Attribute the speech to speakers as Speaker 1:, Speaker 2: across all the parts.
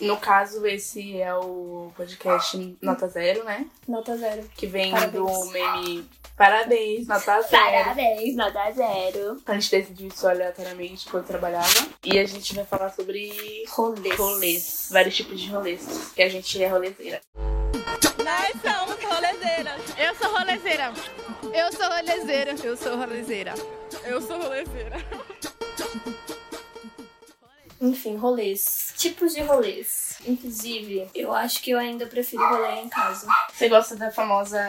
Speaker 1: No caso, esse é o podcast Nota Zero, né?
Speaker 2: Nota zero.
Speaker 1: Que vem do
Speaker 2: Parabéns.
Speaker 1: meme Parabéns, Nota Zero.
Speaker 2: Parabéns, É. nota zero.
Speaker 1: A gente decidiu isso aleatoriamente quando trabalhava. E a gente vai falar sobre
Speaker 2: Rolês.
Speaker 1: rolês, vários tipos de rolês, que a gente é rolezeira.
Speaker 3: Nós somos rolezeiras. Eu sou rolezeira. Eu sou rolezeira. Eu sou rolezeira. Eu sou rolezeira.
Speaker 2: Enfim, rolês. Tipos de rolês. Inclusive, eu acho que eu ainda prefiro rolê em casa.
Speaker 1: Você gosta da famosa,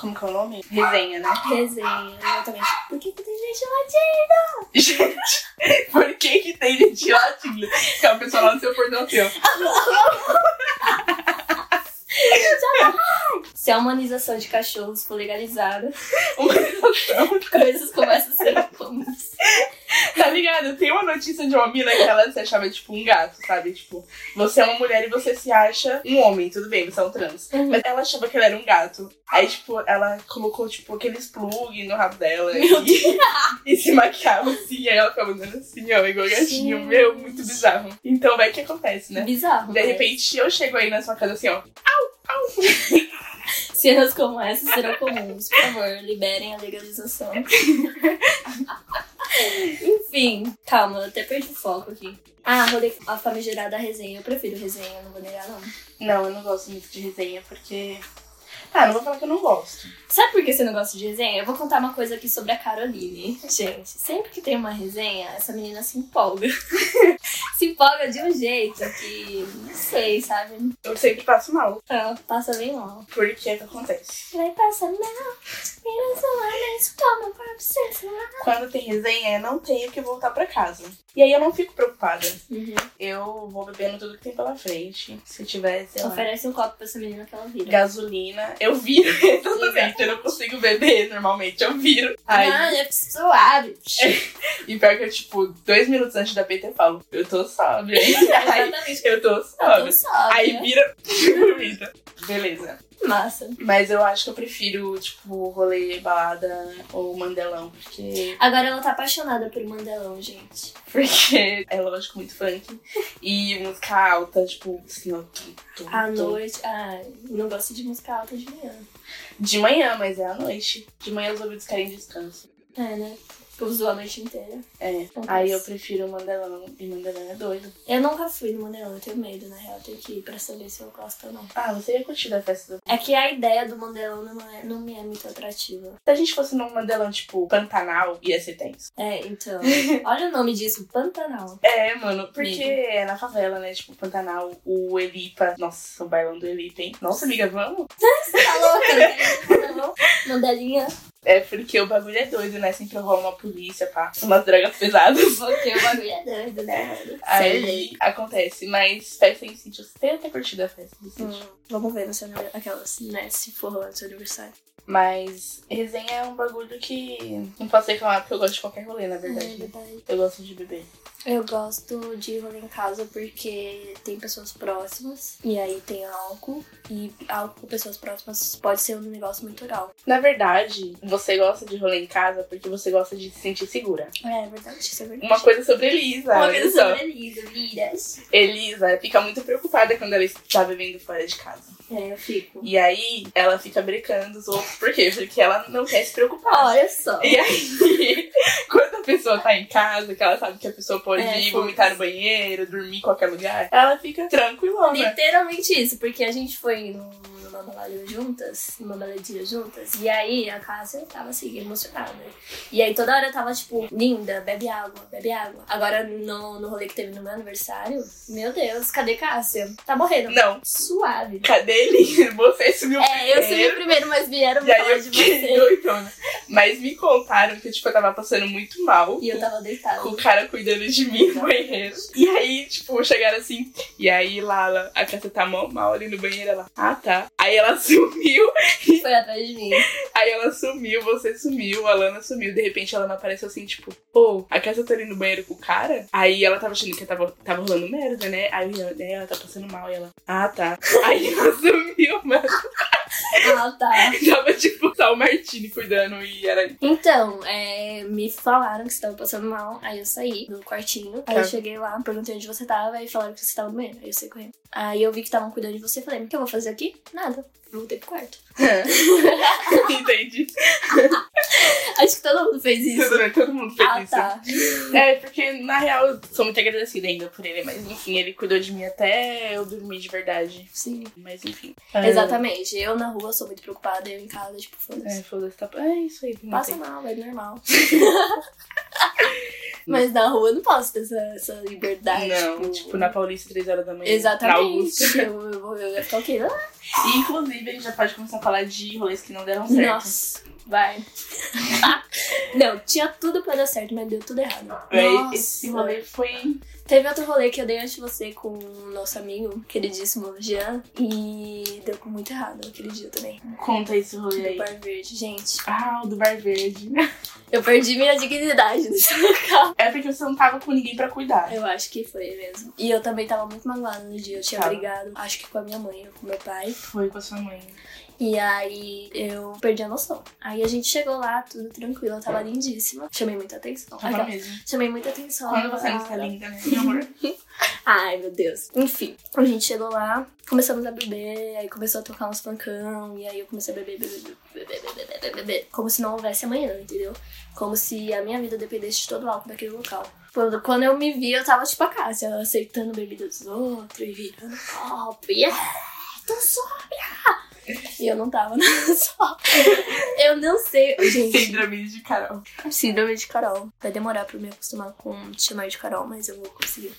Speaker 1: como que é o nome? Resenha, né?
Speaker 2: Resenha, exatamente. Por que, que tem gente lá
Speaker 1: Gente, por que que tem gente latina? Que é uma pessoa lá no seu portão assim, seu.
Speaker 2: de... Se a humanização de cachorros for legalizada,
Speaker 1: Uma
Speaker 2: coisas assim, começam a ser comuns.
Speaker 1: Tá ligado? Tem uma notícia de uma mina que ela se achava tipo um gato, sabe? Tipo, você é uma mulher e você se acha um homem, tudo bem, você é um trans.
Speaker 2: Uhum.
Speaker 1: Mas ela achava que ela era um gato. Aí, tipo, ela colocou, tipo, aqueles plug no rabo dela
Speaker 2: Meu
Speaker 1: e, e se maquiava assim, aí ela ficava andando assim, ó, igual gatinho.
Speaker 2: Gente.
Speaker 1: Meu, muito bizarro. Então vai que acontece, né?
Speaker 2: Bizarro.
Speaker 1: De
Speaker 2: né?
Speaker 1: repente eu chego aí na sua casa assim, ó.
Speaker 2: Cenas como essas serão comuns. Por favor, liberem a legalização. Enfim, calma, eu até perdi o foco aqui. Ah, rolê a famigerada resenha. Eu prefiro resenha, não vou negar, não.
Speaker 1: Não, eu não gosto muito de resenha porque. Ah, não vou falar que eu não gosto.
Speaker 2: Sabe por que você não gosta de resenha? Eu vou contar uma coisa aqui sobre a Caroline. Gente, sempre que tem uma resenha, essa menina se empolga. se empolga de um jeito que, não sei, sabe?
Speaker 1: Eu sempre passo mal.
Speaker 2: Ela passa bem mal.
Speaker 1: Por que que acontece?
Speaker 2: Vai passar mal. Mira sua mas toma pra você, sei lá.
Speaker 1: Quando tem resenha, eu não tenho que voltar pra casa. E aí eu não fico preocupada.
Speaker 2: Uhum.
Speaker 1: Eu vou bebendo tudo que tem pela frente. Se tiver, sei lá,
Speaker 2: Oferece um copo pra essa menina que ela vira.
Speaker 1: gasolina, eu viro. Exatamente. Eu não consigo beber normalmente, eu viro. Aí,
Speaker 2: Não, é suave.
Speaker 1: E pior que eu, tipo, dois minutos antes da PT, eu falo, eu tô sóbria. aí
Speaker 2: Exatamente.
Speaker 1: eu tô
Speaker 2: Tá tão
Speaker 1: sóbria.
Speaker 2: suave.
Speaker 1: Aí vira comida. Beleza.
Speaker 2: Massa.
Speaker 1: Mas eu acho que eu prefiro, tipo, rolê, balada ou mandelão, porque.
Speaker 2: Agora ela tá apaixonada por Mandelão, gente.
Speaker 1: Porque é lógico muito funk. E música alta, tipo, assim, ó, tum, tum,
Speaker 2: À
Speaker 1: tum.
Speaker 2: noite. Ai, não gosto de música alta de manhã.
Speaker 1: De manhã, mas é à noite. De manhã os ouvidos querem descanso.
Speaker 2: É, né? Usou a noite inteira.
Speaker 1: É. Aí eu prefiro mandelão. E mandelão é doido.
Speaker 2: Eu nunca fui no Mandelão, eu tenho medo, na real. Eu tenho que ir pra saber se eu gosto ou não.
Speaker 1: Ah, você ia curtir da festa. do-
Speaker 2: É que a ideia do Mandelão não, é, não me é muito atrativa.
Speaker 1: Se a gente fosse num mandelão, tipo, Pantanal, ia ser tenso.
Speaker 2: É, então. Olha o nome disso, Pantanal.
Speaker 1: É, mano, porque
Speaker 2: Mesmo.
Speaker 1: é na favela, né? Tipo, Pantanal, o Elipa. Nossa, o bailão do Elipa, hein? Nossa, amiga, vamos?
Speaker 2: Você tá louca? Eu quero ir no Mandelão. Mandelinha.
Speaker 1: É porque o bagulho é doido, né? Sempre rola uma polícia, pá. Umas drogas pesadas.
Speaker 2: Porque o bagulho é doido, né, mano?
Speaker 1: Aí acontece, mas festa em sítio. Você deve ter curtido a festa em sítio.
Speaker 2: Hum, Vamos ver no seu aniversário. Aquelas, né? Se for lá no seu aniversário.
Speaker 1: Mas resenha é um bagulho que não posso reclamar porque eu gosto de qualquer rolê, na verdade. né?
Speaker 2: É verdade.
Speaker 1: Eu gosto de beber.
Speaker 2: Eu gosto de rolê em casa porque tem pessoas próximas. E aí tem álcool. E álcool com pessoas próximas pode ser um negócio muito oral.
Speaker 1: Na verdade, você gosta de rolê em casa porque você gosta de se sentir segura.
Speaker 2: É, é verdade, isso é verdade.
Speaker 1: Uma coisa sobre Elisa.
Speaker 2: Uma
Speaker 1: olha
Speaker 2: coisa
Speaker 1: só.
Speaker 2: sobre Elisa, vidas.
Speaker 1: Elisa fica muito preocupada quando ela está bebendo fora de casa.
Speaker 2: É, eu fico.
Speaker 1: E aí ela fica brincando os outros. Por quê? Porque ela não quer se preocupar.
Speaker 2: Olha só.
Speaker 1: E aí, quando a pessoa tá em casa, que ela sabe que a pessoa pode
Speaker 2: É,
Speaker 1: ir
Speaker 2: foda-se.
Speaker 1: vomitar no banheiro, dormir em qualquer lugar, ela fica tranquilona.
Speaker 2: Literalmente isso, porque a gente foi num- numa balada juntas, numa baladinha juntas, e aí a Cássia tava assim, emocionada. E aí toda hora eu tava tipo, linda, bebe água, bebe água. Agora no, no rolê que teve no meu aniversário, meu Deus, cadê Cássia? Tá morrendo.
Speaker 1: Não.
Speaker 2: Suave.
Speaker 1: Cadê ele? Você sumiu
Speaker 2: É, eu subi
Speaker 1: primeiro.
Speaker 2: primeiro, mas vieram
Speaker 1: E aí
Speaker 2: falar
Speaker 1: eu
Speaker 2: de
Speaker 1: fiquei
Speaker 2: você.
Speaker 1: doidona. Mas me contaram que tipo, eu tava passando muito mal.
Speaker 2: E eu tava deitada.
Speaker 1: Com o cara cuidando de mim no banheiro. E aí, tipo, chegaram assim. E aí, Lala, a Cássia tá mó mal ali no banheiro. Ela, ah, tá. Aí ela sumiu.
Speaker 2: Foi atrás de mim.
Speaker 1: Aí ela sumiu, você sumiu, a Lana sumiu. De repente, a Lana apareceu assim, tipo, pô, a Cássia tá ali no banheiro com o cara. Aí ela tava achando que tava, tava rolando merda, né? Aí ela, né, ela tá passando mal. E ela, ah, tá. Aí ela sumiu, mano.
Speaker 2: Ah, tá.
Speaker 1: Tava tipo só o Martini cuidando e era
Speaker 2: Então, é, me falaram que você tava passando mal, aí eu saí do quartinho. Aí eu
Speaker 1: Tá.
Speaker 2: cheguei lá, perguntei onde você tava, aí falaram que você tava doendo. Aí eu saí correndo. Aí eu vi que estavam cuidando de você, falei, o que eu vou fazer aqui? Nada. Voltei pro quarto.
Speaker 1: Entendi.
Speaker 2: Acho que todo mundo fez isso.
Speaker 1: Todo, todo mundo fez
Speaker 2: Ah,
Speaker 1: isso.
Speaker 2: tá.
Speaker 1: É, porque na real eu sou muito agradecida ainda por ele, mas enfim, ele cuidou de mim até eu dormir de verdade.
Speaker 2: Sim.
Speaker 1: Mas enfim.
Speaker 2: Exatamente. Eu na rua sou muito preocupada, eu em casa, tipo, foda-se.
Speaker 1: É, foda-se, tá. É isso aí. não
Speaker 2: Passa
Speaker 1: tem.
Speaker 2: mal, é normal. Mas na rua eu não posso ter essa, essa liberdade.
Speaker 1: Não, tipo, na Paulista, 3 horas da manhã. na Augusta.
Speaker 2: Exatamente. Eu, eu, vou- eu ia ficar o quê? Ah,
Speaker 1: E inclusive a gente já pode começar a falar de rolês que não
Speaker 2: Tá
Speaker 1: deram certo.
Speaker 2: Nossa, vai. não, tinha tudo pra dar certo, mas deu tudo errado.
Speaker 1: É,
Speaker 2: Nossa.
Speaker 1: Esse rolê foi.
Speaker 2: Teve outro rolê que eu dei antes de você com o nosso amigo, queridíssimo Jean, e deu muito errado aquele dia também.
Speaker 1: Conta esse rolê
Speaker 2: Do
Speaker 1: aí.
Speaker 2: Bar Verde, gente.
Speaker 1: Ah, o do Bar Verde.
Speaker 2: Eu perdi minha dignidade nesse local.
Speaker 1: É porque você não tava com ninguém pra cuidar.
Speaker 2: Eu acho que foi mesmo. E eu também tava muito magoada no dia. Eu tinha
Speaker 1: Tava.
Speaker 2: brigado, acho que com a minha mãe ou com meu pai.
Speaker 1: Foi com a sua mãe.
Speaker 2: E aí eu perdi a noção. Aí a gente chegou lá, tudo tranquilo. Eu tava lindíssima. Chamei muita atenção.
Speaker 1: É. Tava
Speaker 2: Aquela-
Speaker 1: mesmo.
Speaker 2: Chamei muita atenção.
Speaker 1: Quando você não está
Speaker 2: Ah,
Speaker 1: linda, né, meu amor?
Speaker 2: Ai, meu Deus. Enfim, a gente chegou lá, começamos a beber, aí começou a tocar uns pancão, e aí eu comecei a beber, beber, beber, beber, beber, beber, beber. Como se não houvesse amanhã, entendeu? Como se a minha vida dependesse de todo o álcool daquele local. Quando, quando eu me vi, eu tava tipo a Cássia, aceitando bebida dos outros e virando copo. Yeah! Tô sóbria! E eu não tava, não, só. Eu não sei. Gente,
Speaker 1: Síndrome de Carol.
Speaker 2: Síndrome de Carol. Vai demorar pra eu me acostumar com te chamar de Carol, mas eu vou conseguir.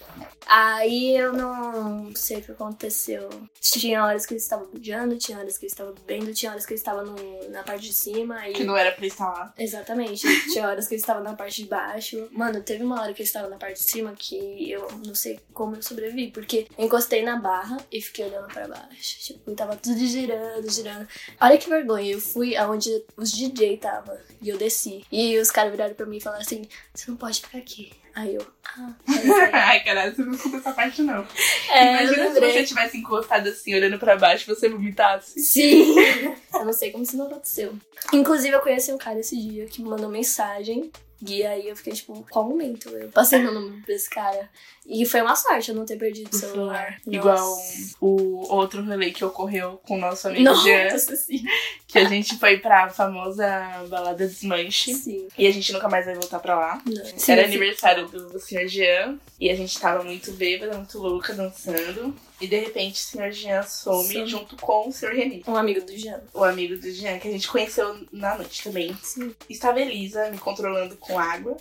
Speaker 2: Aí eu não sei o que aconteceu. Tinha horas que eu estava bujando, tinha horas que eu estava bebendo, tinha horas que eu estava no- na parte de cima
Speaker 1: Que
Speaker 2: e.
Speaker 1: não era pra estar lá.
Speaker 2: Exatamente. Tinha horas que eu estava na parte de baixo. Mano, teve uma hora que eu estava na parte de cima que eu não sei como eu sobrevivi, porque eu encostei na barra e fiquei olhando pra baixo. Tipo, e tava tudo girando, girando. Olha que vergonha, eu fui aonde os DJ tava e eu desci. E os caras viraram pra mim e falaram assim: você não pode ficar aqui. Aí eu, ah, aí
Speaker 1: Ai, caralho, você não conta essa parte, não.
Speaker 2: eu- é, eu
Speaker 1: Imagina se
Speaker 2: lembrei.
Speaker 1: você tivesse encostado assim, olhando pra baixo, você vomitasse.
Speaker 2: Sim! eu não sei como isso não aconteceu. Inclusive, eu conheci um cara esse dia que me mandou mensagem. E aí eu fiquei tipo, qual momento? Eu passei meu número pra esse cara. E foi uma sorte eu não ter perdido o celular.
Speaker 1: Uhum. Igual o outro rolê que ocorreu com o nosso amigo Jean,
Speaker 2: Nossa, sim.
Speaker 1: que a gente foi pra famosa balada desmanche.
Speaker 2: Sim.
Speaker 1: E a gente nunca mais vai voltar pra lá.
Speaker 2: Não. Sim,
Speaker 1: Era
Speaker 2: eu fiquei-
Speaker 1: aniversário do senhor Jean. E a gente tava muito bêbada, muito louca, dançando. E de repente o senhor Jean some,
Speaker 2: Some.
Speaker 1: junto com o senhor Reni.
Speaker 2: Um amigo do Jean.
Speaker 1: O amigo do Jean, que a gente conheceu na noite também.
Speaker 2: Sim.
Speaker 1: Estava Elisa me controlando com água,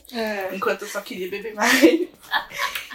Speaker 1: enquanto eu só queria beber mais.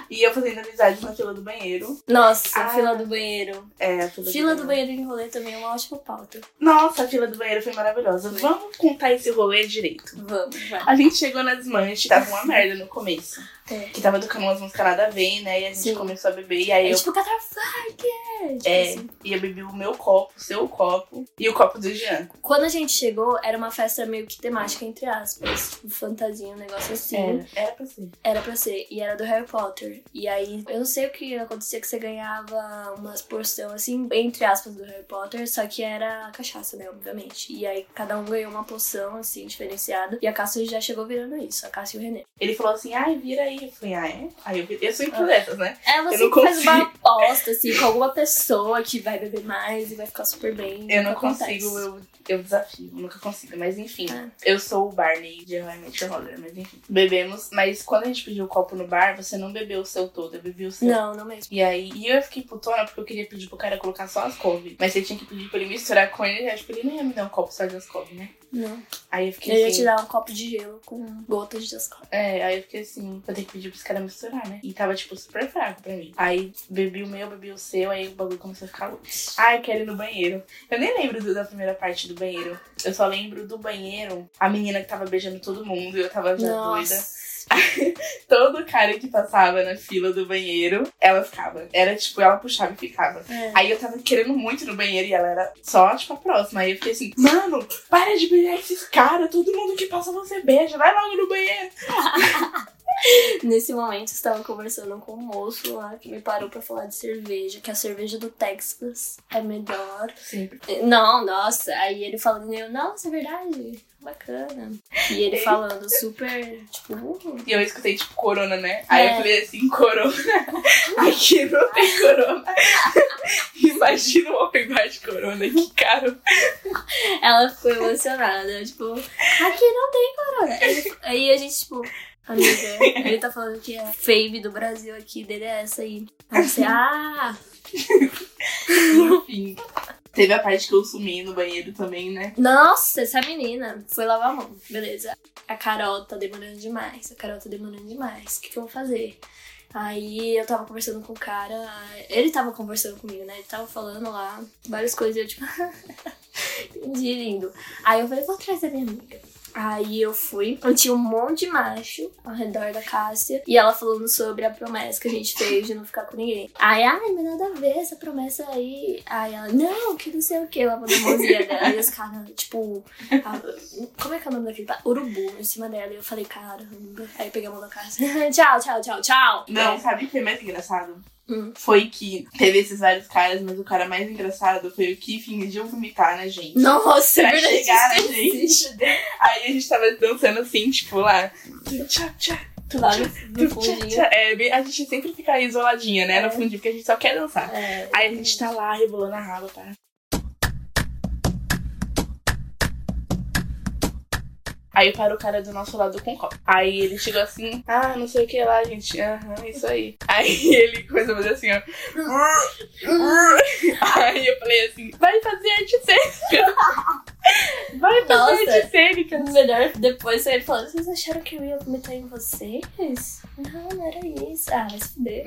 Speaker 1: e eu fazendo amizade na fila do banheiro.
Speaker 2: Nossa,
Speaker 1: Ah.
Speaker 2: fila do banheiro.
Speaker 1: É, a fila,
Speaker 2: Fila do banheiro de rolê também é uma ótima pauta.
Speaker 1: Nossa, a fila do banheiro foi maravilhosa.
Speaker 2: Foi.
Speaker 1: Vamos contar esse rolê direito.
Speaker 2: Vamos, vai.
Speaker 1: A gente chegou nas manches,
Speaker 2: Tá.
Speaker 1: tava uma merda no começo.
Speaker 2: É.
Speaker 1: Que tava tocando umas músicas nada a ver, né? E a gente
Speaker 2: Sim.
Speaker 1: começou a beber. E aí
Speaker 2: É
Speaker 1: eu
Speaker 2: tipo Catarfark! Tipo
Speaker 1: É,
Speaker 2: assim.
Speaker 1: e eu bebi o meu copo, o seu copo e o copo do Jean.
Speaker 2: Quando a gente chegou, era uma festa meio que temática, entre aspas. Tipo, fantasia, um negócio assim.
Speaker 1: Era pra ser.
Speaker 2: Era pra ser, e era do Harry Potter. E aí, eu não sei o que acontecia, que você ganhava umas porção, assim, entre aspas, do Harry Potter, só que era cachaça, né, obviamente. E aí, cada um ganhou uma poção, assim, diferenciada. E a Cássia já chegou virando isso, a Cássia e o René.
Speaker 1: Ele falou assim, ai, vira aí. Eu falei, ah, é? Aí eu, vi- eu sou dessas, né?
Speaker 2: É, você
Speaker 1: não
Speaker 2: que faz
Speaker 1: consigo.
Speaker 2: uma aposta, assim, com alguma pessoa que vai beber mais e vai ficar super bem.
Speaker 1: Eu não
Speaker 2: Ah, nunca acontece.
Speaker 1: consigo, eu, eu desafio, nunca consigo. Mas enfim,
Speaker 2: É.
Speaker 1: eu sou o Barney de How I Met Your Mother, né? mas enfim. Bebemos, mas quando a gente pediu o copo no bar, você não bebeu o seu todo, eu bebi o seu.
Speaker 2: Não, não mesmo.
Speaker 1: E aí, e eu fiquei putona porque eu queria pedir pro cara colocar só as couve. Mas você tinha que pedir pra ele misturar com ele, acho que ele nem ia me dar um copo só de as couve, né?
Speaker 2: Não.
Speaker 1: Aí eu fiquei
Speaker 2: Eu ia
Speaker 1: assim,
Speaker 2: te dar um copo de gelo com gotas de Ascor.
Speaker 1: É, aí eu fiquei assim, vou ter que pedir pros caras misturar, né? E tava, tipo, super fraco pra mim. Aí bebi o meu, bebi o seu, aí o bagulho começou a ficar louco. Ah, eu quero ir no banheiro. Eu nem lembro do- da primeira parte do banheiro. Eu só lembro do banheiro, a menina que tava beijando todo mundo, e eu tava já doida.
Speaker 2: Nossa.
Speaker 1: Todo cara que passava na fila do banheiro, ela ficava. Era tipo, ela puxava e ficava.
Speaker 2: É.
Speaker 1: Aí eu tava querendo muito ir no banheiro e ela era só, tipo, a próxima. Aí eu fiquei assim, mano, para de beijar esses caras, todo mundo que passa você beija, vai logo no banheiro.
Speaker 2: Nesse momento, estava conversando com um moço lá que me parou pra falar de cerveja, que a cerveja do Texas é melhor.
Speaker 1: Sempre.
Speaker 2: Não, nossa. Aí ele falando, eu, nossa, é verdade. Bacana. E ele falando super, tipo, uh,
Speaker 1: E eu escutei, tipo, corona, né? Aí
Speaker 2: É.
Speaker 1: eu falei assim, corona. Aqui não tem corona. Imagina um homem bar de corona, que caro.
Speaker 2: ela ficou emocionada. Tipo, aqui não tem corona. Ele- aí a gente, tipo, amiga, ele tá falando que a fame do Brasil aqui dele é essa aí. Aí você, ah,
Speaker 1: Enfim. Teve a parte que eu sumi no banheiro também, né?
Speaker 2: Nossa, essa menina foi lavar a mão. Beleza. A Carol tá demorando demais. A Carol tá demorando demais. O que, que eu vou fazer? Aí eu tava conversando com o cara. Ele tava conversando comigo, né? Ele tava falando lá várias coisas. e Eu, tipo, entendi, lindo. Aí eu falei, vou atrás da minha amiga. Aí eu fui, eu tinha um monte de macho ao redor da Cássia e ela falando sobre a promessa que a gente fez de não ficar com ninguém. Aí, ai, mas nada a ver essa promessa aí. Aí ela, não, que não sei o que, lavando a mãozinha dela. E os caras, tipo, a- como é que é o nome daquele? pa- Urubu em cima dela. E eu falei, caramba. Aí peguei a mão da Cássia, tchau, tchau, tchau, tchau.
Speaker 1: Não, sabe o que foi mais engraçado?
Speaker 2: É. Hum.
Speaker 1: Foi que teve esses vários caras, mas o cara mais engraçado foi o que fingiu vomitar na gente.
Speaker 2: Nossa, é
Speaker 1: Pra
Speaker 2: verdade.
Speaker 1: chegar
Speaker 2: isso
Speaker 1: na gente.
Speaker 2: existe.
Speaker 1: Aí a gente tava dançando assim, tipo, lá. Tchá, tchá,
Speaker 2: Lá no, no
Speaker 1: tchá, tchá,
Speaker 2: fundinho.
Speaker 1: tchá. É, bem- a gente sempre fica aí isoladinha, né? No fundinho, porque a gente só quer dançar.
Speaker 2: É.
Speaker 1: Aí a gente tá lá rebolando a raba, tá? Aí parou o cara do nosso lado com o copo. Aí ele chegou assim, ah, não sei o que lá, gente. Aham, isso aí. Aí ele começou a fazer assim, ó. Aí eu falei assim, vai fazer arte cênica. Vai fazer
Speaker 2: Nossa.
Speaker 1: arte cênica.
Speaker 2: Melhor depois ele falando, vocês acharam que eu ia vomitar em vocês? Não, não era isso. Ah, vai se fuder.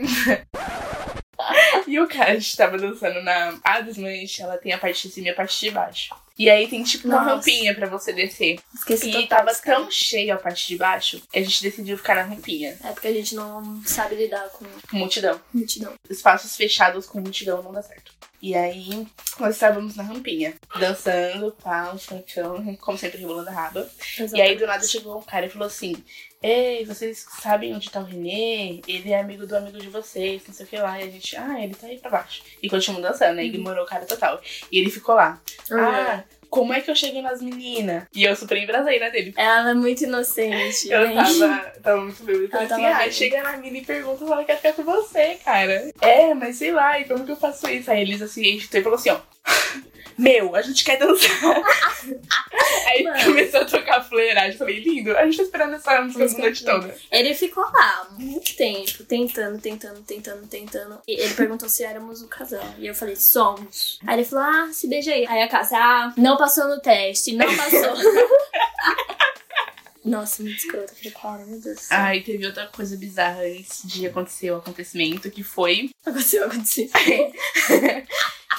Speaker 1: E o cara, a gente tava dançando na Adas Manche, ela tem a parte de cima e a parte de baixo. E aí tem tipo uma
Speaker 2: Nossa.
Speaker 1: rampinha pra você descer.
Speaker 2: Esqueci
Speaker 1: E
Speaker 2: total
Speaker 1: tava
Speaker 2: desse cara.
Speaker 1: tão cheia a parte de baixo que a gente decidiu ficar na rampinha,
Speaker 2: É porque a gente não sabe lidar com
Speaker 1: com multidão.
Speaker 2: multidão.
Speaker 1: Espaços fechados com multidão não dá certo. E aí, nós estávamos na rampinha, dançando, pau, francão, como sempre, rebolando a raba. E aí, do nada, chegou um cara e falou assim: Ei, vocês sabem onde tá o Renê? Ele é amigo do amigo de vocês, não sei o que lá. E a gente, ah, ele tá aí pra baixo. E continuou dançando, né? Ignorou o cara total. E ele ficou lá:
Speaker 2: Ah,
Speaker 1: Ah, como é que eu cheguei nas meninas? E eu super embrasei, né, dele.
Speaker 2: Ela é muito inocente.
Speaker 1: Eu
Speaker 2: né?
Speaker 1: tava, tava muito bêbada. Eu falei
Speaker 2: Ela
Speaker 1: assim,
Speaker 2: tava
Speaker 1: ah,
Speaker 2: bêbada.
Speaker 1: chega na mina e pergunta se ela quer ficar com você, cara. É, mas sei lá, e como que eu faço isso? Aí eles assim, editou e falou assim, ó. Meu, a gente quer dançar. Aí
Speaker 2: Mano.
Speaker 1: começou a tocar fleiragem. Eu Falei, lindo, a gente tá esperando essa música a
Speaker 2: Música
Speaker 1: noite
Speaker 2: aqui.
Speaker 1: toda.
Speaker 2: Ele ficou lá muito tempo, tentando, tentando, tentando, tentando. E ele perguntou se éramos um casal. E eu falei, somos. Aí ele falou, ah, se beija aí. Aí a casa, ah, não passou no teste, não passou. Nossa, muito escrota. Eu falei, cara, meu Deus. do céu.
Speaker 1: Ai, teve outra coisa bizarra antes de acontecer o acontecimento, que foi.
Speaker 2: Aconteceu, aconteceu.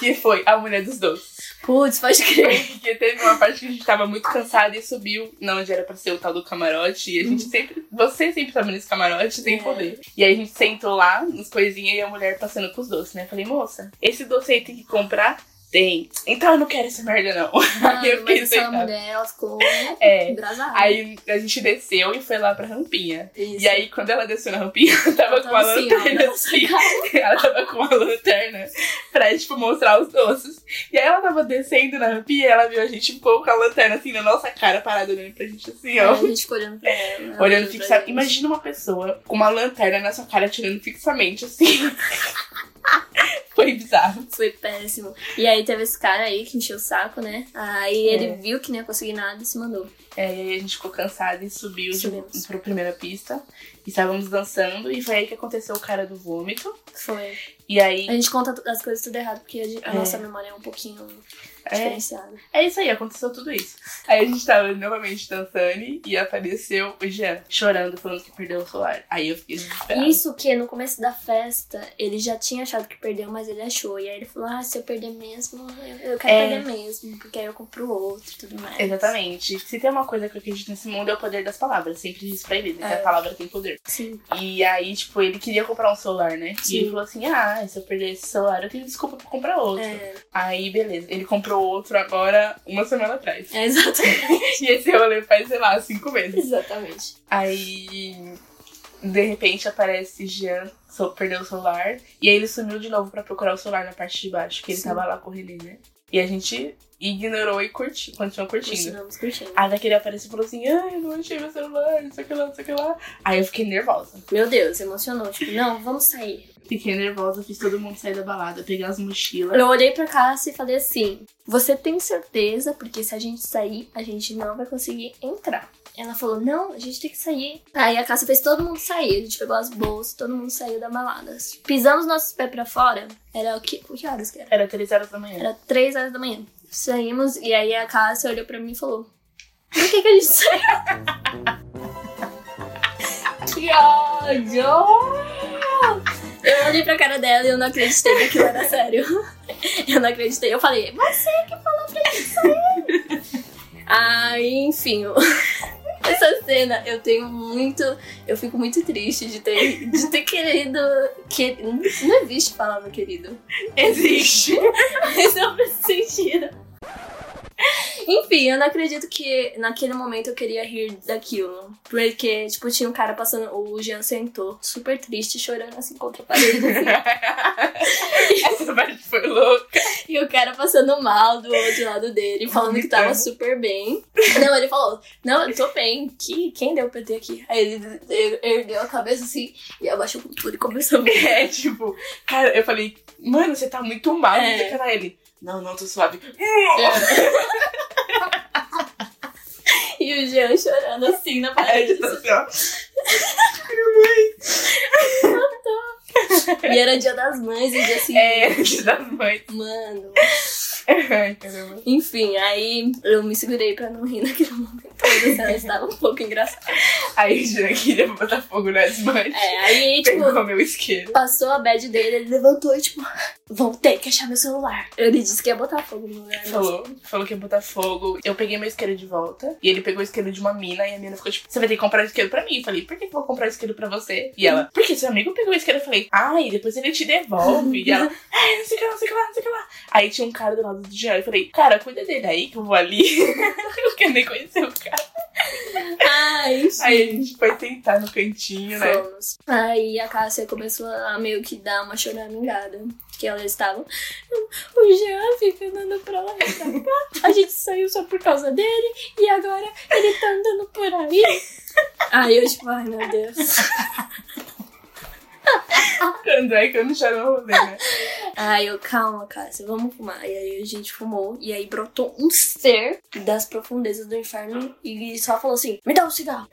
Speaker 1: Que foi a mulher dos doces.
Speaker 2: Putz, pode crer.
Speaker 1: Porque teve uma parte que a gente tava muito cansada e subiu na onde era pra ser o tal do camarote. E a gente sempre. Você sempre tava nesse camarote sem
Speaker 2: É.
Speaker 1: poder. E aí a gente sentou lá, nos coisinhas, e a mulher passando com os doces, né? Falei, moça, esse doce aí tem que comprar? Tem. Então eu não quero essa merda, não.
Speaker 2: Mano,
Speaker 1: eu fiquei
Speaker 2: mas essa
Speaker 1: sentada.
Speaker 2: mulher, ela ficou
Speaker 1: É.
Speaker 2: embrasada.
Speaker 1: Aí a gente desceu e foi lá pra rampinha.
Speaker 2: Isso.
Speaker 1: E aí, quando ela desceu na rampinha, ela tava
Speaker 2: Ela
Speaker 1: com uma
Speaker 2: tava assim, ó,
Speaker 1: lanterna assim. Ela tava com uma lanterna pra, tipo, mostrar os doces. E aí ela tava descendo na rampinha e ela viu a gente um pouco com a lanterna assim na nossa cara, parada olhando pra gente assim,
Speaker 2: Aí
Speaker 1: ó. É,
Speaker 2: a gente ficou olhando pra ela. ela
Speaker 1: Olhando
Speaker 2: pra
Speaker 1: fixamente.
Speaker 2: gente.
Speaker 1: Imagina uma pessoa com uma lanterna na sua cara tirando fixamente, assim. Foi bizarro.
Speaker 2: Foi péssimo. E aí teve esse cara aí que encheu o saco, né? Aí ele viu que não ia conseguir nada e se mandou.
Speaker 1: É, e aí a gente ficou cansada e subiu de, um,
Speaker 2: Subimos.
Speaker 1: pra primeira pista. Estávamos dançando e foi aí que aconteceu o cara do vômito.
Speaker 2: Foi.
Speaker 1: E aí.
Speaker 2: A gente conta tu- as coisas tudo errado, porque a, gente- a
Speaker 1: É.
Speaker 2: nossa memória é um pouquinho
Speaker 1: é,
Speaker 2: diferenciada.
Speaker 1: É isso aí, aconteceu tudo isso. Aí a gente tava novamente dançando e apareceu o Jean chorando, falando que perdeu o celular. Aí eu fiquei desesperada.
Speaker 2: Isso que no começo da festa ele já tinha achado que perdeu, mas ele achou. E aí ele falou: Ah, se eu perder mesmo, eu, eu quero
Speaker 1: É.
Speaker 2: perder mesmo, porque aí eu compro outro e tudo mais.
Speaker 1: Exatamente. Se tem uma coisa que eu acredito nesse mundo é o poder das palavras. Sempre disse pra ele, né? Que
Speaker 2: É.
Speaker 1: a palavra tem poder.
Speaker 2: Sim.
Speaker 1: E aí, tipo, ele queria comprar um celular, né?
Speaker 2: Sim.
Speaker 1: E ele falou assim: ah, se eu perder esse celular, eu tenho desculpa pra comprar outro.
Speaker 2: É,
Speaker 1: Aí, beleza. Ele comprou outro agora, uma semana atrás.
Speaker 2: é exatamente.
Speaker 1: E esse rolê faz, sei lá, cinco meses.
Speaker 2: exatamente.
Speaker 1: Aí. De repente aparece Jean, só perdeu o celular. E aí ele sumiu de novo pra procurar o celular na parte de baixo, que ele
Speaker 2: Sim.
Speaker 1: tava lá com o relé, né? E a gente ignorou e curti, continuou curtindo.
Speaker 2: Continuamos curtindo.
Speaker 1: Aí daqui ele apareceu e falou assim: ai, eu não achei meu celular, não sei o que lá, não sei o que lá. Aí eu fiquei nervosa.
Speaker 2: Meu Deus, emocionou. Tipo, não, vamos sair.
Speaker 1: Fiquei nervosa, fiz todo mundo sair da balada, peguei as mochilas.
Speaker 2: Eu olhei pra Cássia e falei assim: Você tem certeza? Porque se a gente sair, a gente não vai conseguir entrar. Ela falou: Não, a gente tem que sair. Aí a Cássia fez todo mundo sair. A gente pegou as bolsas, todo mundo saiu da balada. Pisamos nossos pés pra fora. Era o que? Que horas que era?
Speaker 1: Era três horas da manhã.
Speaker 2: Era três horas da manhã. Saímos e aí a Cássia olhou pra mim e falou: Por que, que a gente saiu? que ódio! Eu olhei pra cara dela e eu não acreditei que aquilo era sério. Eu não acreditei. Eu falei: Você que falou pra gente sair. Aí, enfim. eu- Essa cena eu tenho muito. Eu fico muito triste de ter, de ter querido. Que, não existe a palavra querido.
Speaker 1: Existe!
Speaker 2: Mas não faz sentido. Enfim, eu não acredito que naquele momento eu queria rir daquilo. Porque, tipo, tinha um cara passando. O Jean sentou, super triste, chorando assim contra a parede.
Speaker 1: Essa parte foi louca.
Speaker 2: e o cara passando mal do outro lado dele, falando que tava super bem. Não, ele falou: Não, eu tô bem. Que, quem deu PT aqui? Aí ele, ele ergueu a cabeça assim e abaixou com tudo e começou a rir.
Speaker 1: É, tipo, cara, eu falei, mano, você tá muito mal,
Speaker 2: É.
Speaker 1: não sei o que lá. Ele, não, não, tô suave. É,
Speaker 2: E o Jean chorando assim na
Speaker 1: Aí
Speaker 2: parede.
Speaker 1: ele tá assim, ó.
Speaker 2: E era dia das mães e dia assim.
Speaker 1: É, de das mães.
Speaker 2: Mano,
Speaker 1: Ai, caramba.
Speaker 2: Enfim, aí eu me segurei pra não rir naquele momento. Mas ela estava um pouco engraçada.
Speaker 1: Aí Jean queria botar fogo nas mães.
Speaker 2: É, aí, tipo,
Speaker 1: Pegou meu isqueiro.
Speaker 2: passou a bad dele, ele levantou e, tipo, vão ter que achar meu celular. Ele disse que ia botar fogo no lugar. mas-
Speaker 1: Falou, falou que ia botar fogo. Eu peguei meu isqueiro de volta. E ele pegou o isqueiro de uma mina. E a mina ficou tipo: Você vai ter que comprar isqueiro pra mim. Eu falei: Por que eu vou comprar isqueiro pra você? E ela: Porque seu amigo pegou o isqueiro. Eu falei: Ai, depois ele te devolve. E ela: Ai, não sei o que lá, não sei o que lá, não sei o que lá. Aí tinha um cara do lado do Jean. Eu falei: Cara, cuida dele aí que eu vou ali. eu quero nem conhecer o cara.
Speaker 2: Ah, enfim.
Speaker 1: Aí a gente foi tentar no cantinho, né?
Speaker 2: Fomos. Aí a Cássia começou a meio que dar uma choramingada. Que elas estavam. O Jean fica andando pra lá e pra cá. A gente saiu só por causa dele. E agora ele tá andando por aí. Aí eu, tipo, ai meu Deus.
Speaker 1: Quando é que eu não choro no rolê, né?
Speaker 2: Aí eu, calma, Cássia, vamos fumar. E aí a gente fumou, e aí brotou um ser das profundezas do inferno e só falou assim: me dá um cigarro.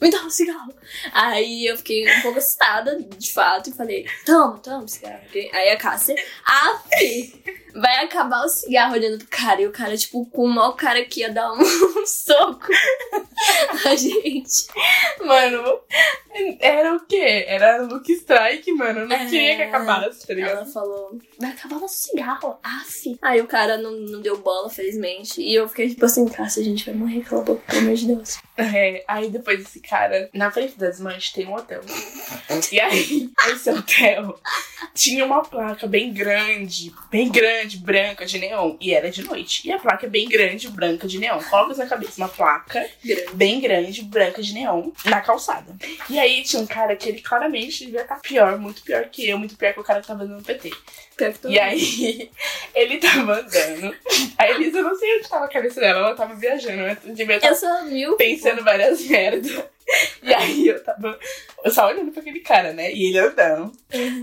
Speaker 2: me dá um cigarro. Aí eu fiquei um pouco assustada, de fato, e falei: toma, toma um cigarro. ok? Aí a Cássia, afi, vai acabar o cigarro olhando pro cara. E o cara, tipo, com o maior cara que ia dar um, soco a gente.
Speaker 1: Mano, era o quê? Era Luke Strike, mano. Eu não
Speaker 2: É.
Speaker 1: queria que acabasse, tá ligado?
Speaker 2: Ela falou, vai acabar nosso cigarro, af. Aí o cara não, não deu bola, felizmente. E eu fiquei tipo assim, Cássia, a gente vai morrer, cala a boca, pelo amor de Deus.
Speaker 1: É, aí depois esse cara, na frente das mães tem um hotel. E aí, esse hotel tinha uma placa bem grande, bem grande, branca de neon. E era de noite. E a placa é bem grande, branca de neon. Coloca isso na cabeça, uma placa
Speaker 2: Grande.
Speaker 1: bem grande, branca de neon, na calçada. E aí tinha um cara que ele claramente devia estar pior, muito pior que eu, muito pior que o cara que tava no PT.
Speaker 2: Pior que todo
Speaker 1: E aí, ele tava andando. A Elisa, eu não sei onde tava a cabeça dela, ela tava viajando, ela devia tá
Speaker 2: mundo.
Speaker 1: estar
Speaker 2: Eu só vi o
Speaker 1: pensando várias merdas. E aí eu tava eu só olhando pra aquele cara, né? E ele andando.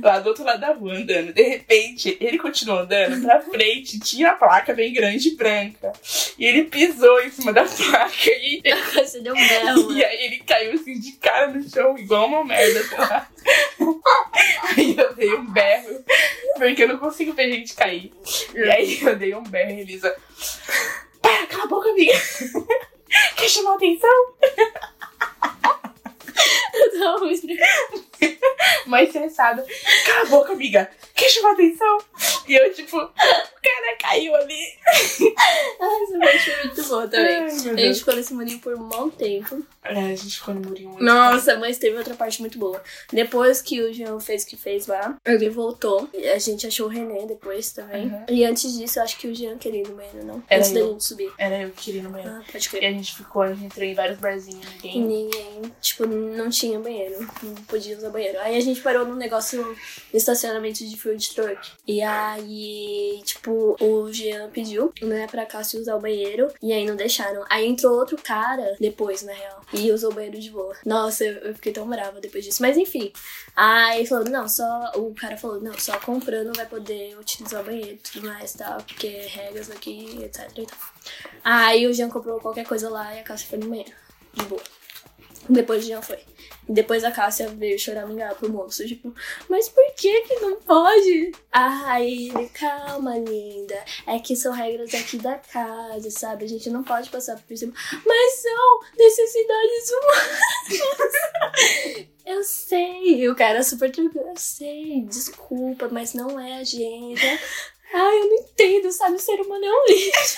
Speaker 1: Lá do outro lado da rua andando. De repente, ele continuou andando pra frente, tinha a placa bem grande branca. E ele pisou em cima da placa e,
Speaker 2: Cássia deu um né? bela.
Speaker 1: e aí ele caiu assim de cara no chão, igual uma merda, sei lá. Aí eu dei um berro, porque eu não consigo ver gente cair. E aí eu dei um berro e Elisa. Para, cala a boca, amiga! Quer chamar atenção?
Speaker 2: Eu tava muito
Speaker 1: mais estressada. Cala a boca, amiga. Quer chamar atenção? E eu, tipo, cara caiu ali.
Speaker 2: Ai, essa parte foi muito boa também.
Speaker 1: Ai, meu
Speaker 2: a gente
Speaker 1: Deus.
Speaker 2: ficou nesse murinho por um bom tempo.
Speaker 1: É, a gente ficou no murinho. muito
Speaker 2: Nossa, mas teve outra parte muito boa. Depois que o Jean fez o que fez lá, ele voltou. E A gente achou o René depois também.
Speaker 1: Uhum.
Speaker 2: E antes disso, eu acho que o Jean queria ir no banheiro, não?
Speaker 1: Era
Speaker 2: antes da
Speaker 1: eu.
Speaker 2: gente subir.
Speaker 1: Era eu que queria ir no banheiro.
Speaker 2: Ah, pode
Speaker 1: E
Speaker 2: crer.
Speaker 1: a gente ficou, a gente entrou em vários barzinhos,
Speaker 2: E
Speaker 1: ninguém.
Speaker 2: ninguém, tipo, não tinha banheiro, não podia usar banheiro. Aí a gente parou num negócio, no estacionamento de food truck. E aí, tipo, o Jean pediu, né, pra Cássio usar o banheiro. E aí não deixaram. Aí entrou outro cara depois, na real, e usou o banheiro de boa. Nossa, eu, eu fiquei tão brava depois disso. Mas enfim. Aí falou, não, só. O cara falou, não, só comprando vai poder utilizar o banheiro e tudo mais, tal, porque é regras aqui, etc. e tal. Aí o Jean comprou qualquer coisa lá e a Cássia foi no banheiro. De boa. Depois o Jean foi. E depois a Cássia veio choramingar pro moço, tipo, mas por que que não pode? Aí ele, calma, linda. É que são regras aqui da casa, sabe? A gente não pode passar por cima. Mas são necessidades humanas. Eu sei, E o cara é super tranquilo. Eu sei, desculpa, mas não é a gente. Ai, eu não entendo, sabe? O ser humano é um lixo.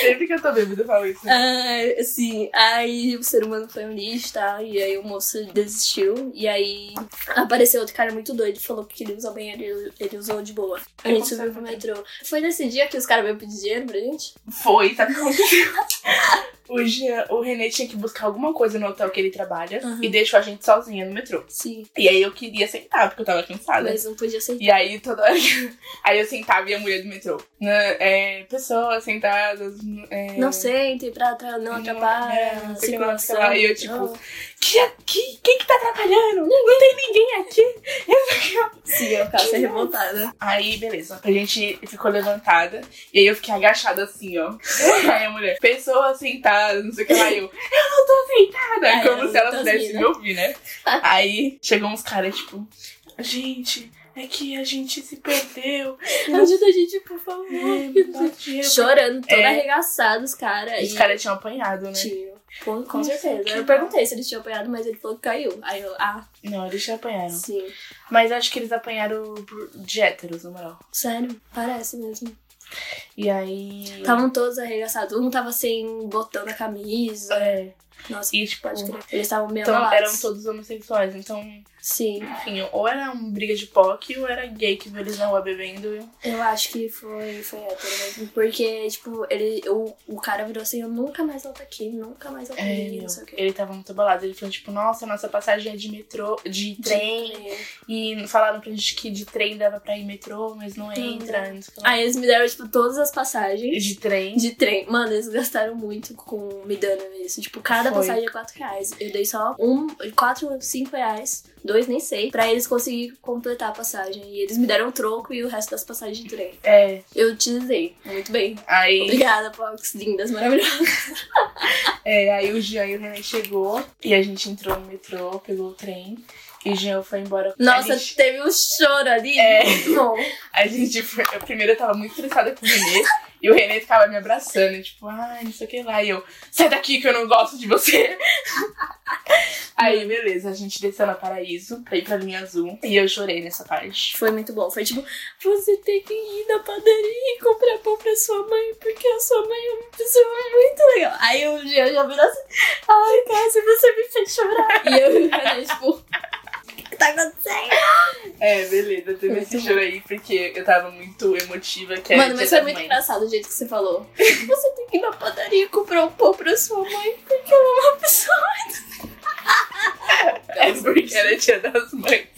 Speaker 1: Sempre que eu tô bêbada, eu falo isso.
Speaker 2: Ah, assim, aí o ser humano foi um lixo, tá? E aí o moço desistiu. E aí apareceu outro cara muito doido, falou que queria usar o banheiro e ele- ele usou de boa. A
Speaker 1: Eu
Speaker 2: gente
Speaker 1: consigo
Speaker 2: subiu pro
Speaker 1: também.
Speaker 2: metrô. Foi nesse dia que os caras veio pedir dinheiro pra gente?
Speaker 1: Foi, sabe como que o, Jean, o René tinha que buscar alguma coisa no hotel que ele trabalha
Speaker 2: Aham.
Speaker 1: e deixou a gente sozinha no metrô.
Speaker 2: Sim.
Speaker 1: E aí eu queria sentar, porque eu tava cansada.
Speaker 2: Mas não podia aceitar.
Speaker 1: E aí toda hora que... Aí eu sentava e a mulher do metrô. né, é, pessoas sentadas. é,
Speaker 2: Não sentem pra atra- não
Speaker 1: Não,
Speaker 2: atrapalha
Speaker 1: é,
Speaker 2: a
Speaker 1: não sei o que lá, não sei o que
Speaker 2: circulação.
Speaker 1: lá. E eu, tipo,
Speaker 2: Não.
Speaker 1: Que aqui? Quem que tá atrapalhando? Não tem ninguém aqui.
Speaker 2: Sim, eu ficava assim, revoltada.
Speaker 1: Aí, beleza. A gente ficou levantada. E aí eu fiquei agachada assim, ó. Aí a mulher, pessoas sentadas, não sei o que lá. E eu, eu não tô sentada.
Speaker 2: Ai,
Speaker 1: como
Speaker 2: eu
Speaker 1: se ela
Speaker 2: tô
Speaker 1: pudesse
Speaker 2: rindo.
Speaker 1: me ouvir, né? Aí chegou uns caras, tipo, gente, é que a gente se perdeu.
Speaker 2: Ajuda a gente, por favor.
Speaker 1: É, me dá dinheiro.
Speaker 2: Chorando, toda
Speaker 1: É.
Speaker 2: arregaçada, os caras.
Speaker 1: Os caras tinham apanhado, né?
Speaker 2: Tiro. Com, com
Speaker 1: Não sei
Speaker 2: certeza.
Speaker 1: que-
Speaker 2: Eu perguntei se eles tinham apanhado, mas ele falou que caiu. Aí eu, ah,
Speaker 1: Não, eles já apanharam.
Speaker 2: sim.
Speaker 1: Mas acho que eles apanharam por- de héteros, na moral.
Speaker 2: Sério, parece mesmo.
Speaker 1: Hum. E aí.
Speaker 2: Estavam todos arregaçados. Um tava sem botão na camisa.
Speaker 1: É.
Speaker 2: Nossa,
Speaker 1: E, tipo,
Speaker 2: pode crer. Eles estavam meio
Speaker 1: então,
Speaker 2: abalados.
Speaker 1: eram todos homossexuais. Então,
Speaker 2: Sim,
Speaker 1: enfim, ou era uma briga de POC, ou era gay que viu eles na rua bebendo.
Speaker 2: eu acho que foi, foi hétero mesmo. Porque, tipo, ele, o, o cara virou assim, eu nunca mais volto aqui, nunca mais volto
Speaker 1: É,
Speaker 2: aqui,
Speaker 1: meu,
Speaker 2: não sei o que.
Speaker 1: ele tava muito abalado. Ele falou, tipo, nossa, nossa passagem é de metrô, de trem. E falaram pra gente que de trem dava pra ir metrô, mas não entra. não sei o que lá.
Speaker 2: Aí eles me deram, tipo, todas as passagens.
Speaker 1: De trem.
Speaker 2: De trem. Mano, eles gastaram muito com me dando isso. Tipo, cada
Speaker 1: Foi.
Speaker 2: passagem é 4 reais. Eu dei só um, 4, 5 reais, dois nem sei, pra eles conseguirem completar a passagem. E eles me deram o troco e o resto das passagens de trem.
Speaker 1: É.
Speaker 2: Eu utilizei. Muito bem.
Speaker 1: Aí,
Speaker 2: Obrigada, Pox. Lindas, maravilhosas.
Speaker 1: é, aí o Jean e o René chegou. E a gente entrou no metrô, pegou o trem. E o Jean foi embora.
Speaker 2: Nossa,
Speaker 1: a gente,
Speaker 2: teve um choro ali.
Speaker 1: É.
Speaker 2: Muito bom.
Speaker 1: a gente foi. Eu primeiro eu tava muito estressada com o René. e o René ficava me abraçando, tipo, ai, não sei o que lá. E eu, sai daqui que eu não gosto de você. Aí, beleza, a gente desceu na Paraíso pra ir pra linha azul. E eu chorei nessa parte.
Speaker 2: Foi muito bom. Foi tipo, você tem que ir na padaria e comprar pão pra sua mãe, porque a sua mãe é uma pessoa muito legal. Aí um dia eu já vi assim, ai, Cássia, você me fez chorar. E eu falei, tipo, o que tá acontecendo?
Speaker 1: É, beleza, teve
Speaker 2: Muito
Speaker 1: esse choro aí, porque eu tava muito emotiva. Que era
Speaker 2: Mano,
Speaker 1: Dia
Speaker 2: mas foi
Speaker 1: das
Speaker 2: muito
Speaker 1: Mães.
Speaker 2: engraçado o jeito que você falou. Você tem que ir na padaria e comprar um pão pra sua mãe, porque ela é uma pessoa muito
Speaker 1: É
Speaker 2: legal.
Speaker 1: porque era dia das mães.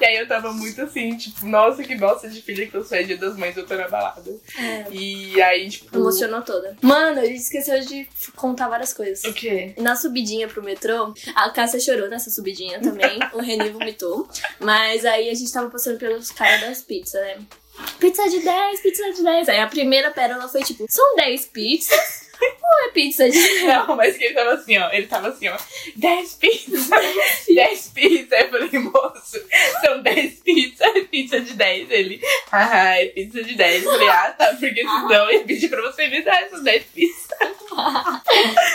Speaker 1: E aí eu tava muito assim, tipo, nossa, que bosta de filha que eu sou, é dia das mães, eu tô na balada.
Speaker 2: É.
Speaker 1: E aí, tipo.
Speaker 2: Emocionou toda. Mano, a gente esqueceu de contar várias coisas.
Speaker 1: O quê?
Speaker 2: Na subidinha pro metrô, a Cássia chorou nessa subidinha também. o Reni vomitou. Mas aí a gente tava passando pelos caras das pizzas, né? Pizza de 10, pizza de 10. Aí a primeira pérola foi tipo: são 10 pizzas? ou é pizza de 10?
Speaker 1: Não, mas que ele tava assim, ó. Ele tava assim, ó. 10 pizzas, 10 pizzas. Aí eu falei, moço, são 10 pizzas. pizza de 10. Ele, ah, é pizza de 10. Eu falei, ah, tá, porque senão eu ia pedir pra você me dar essas 10 pizzas.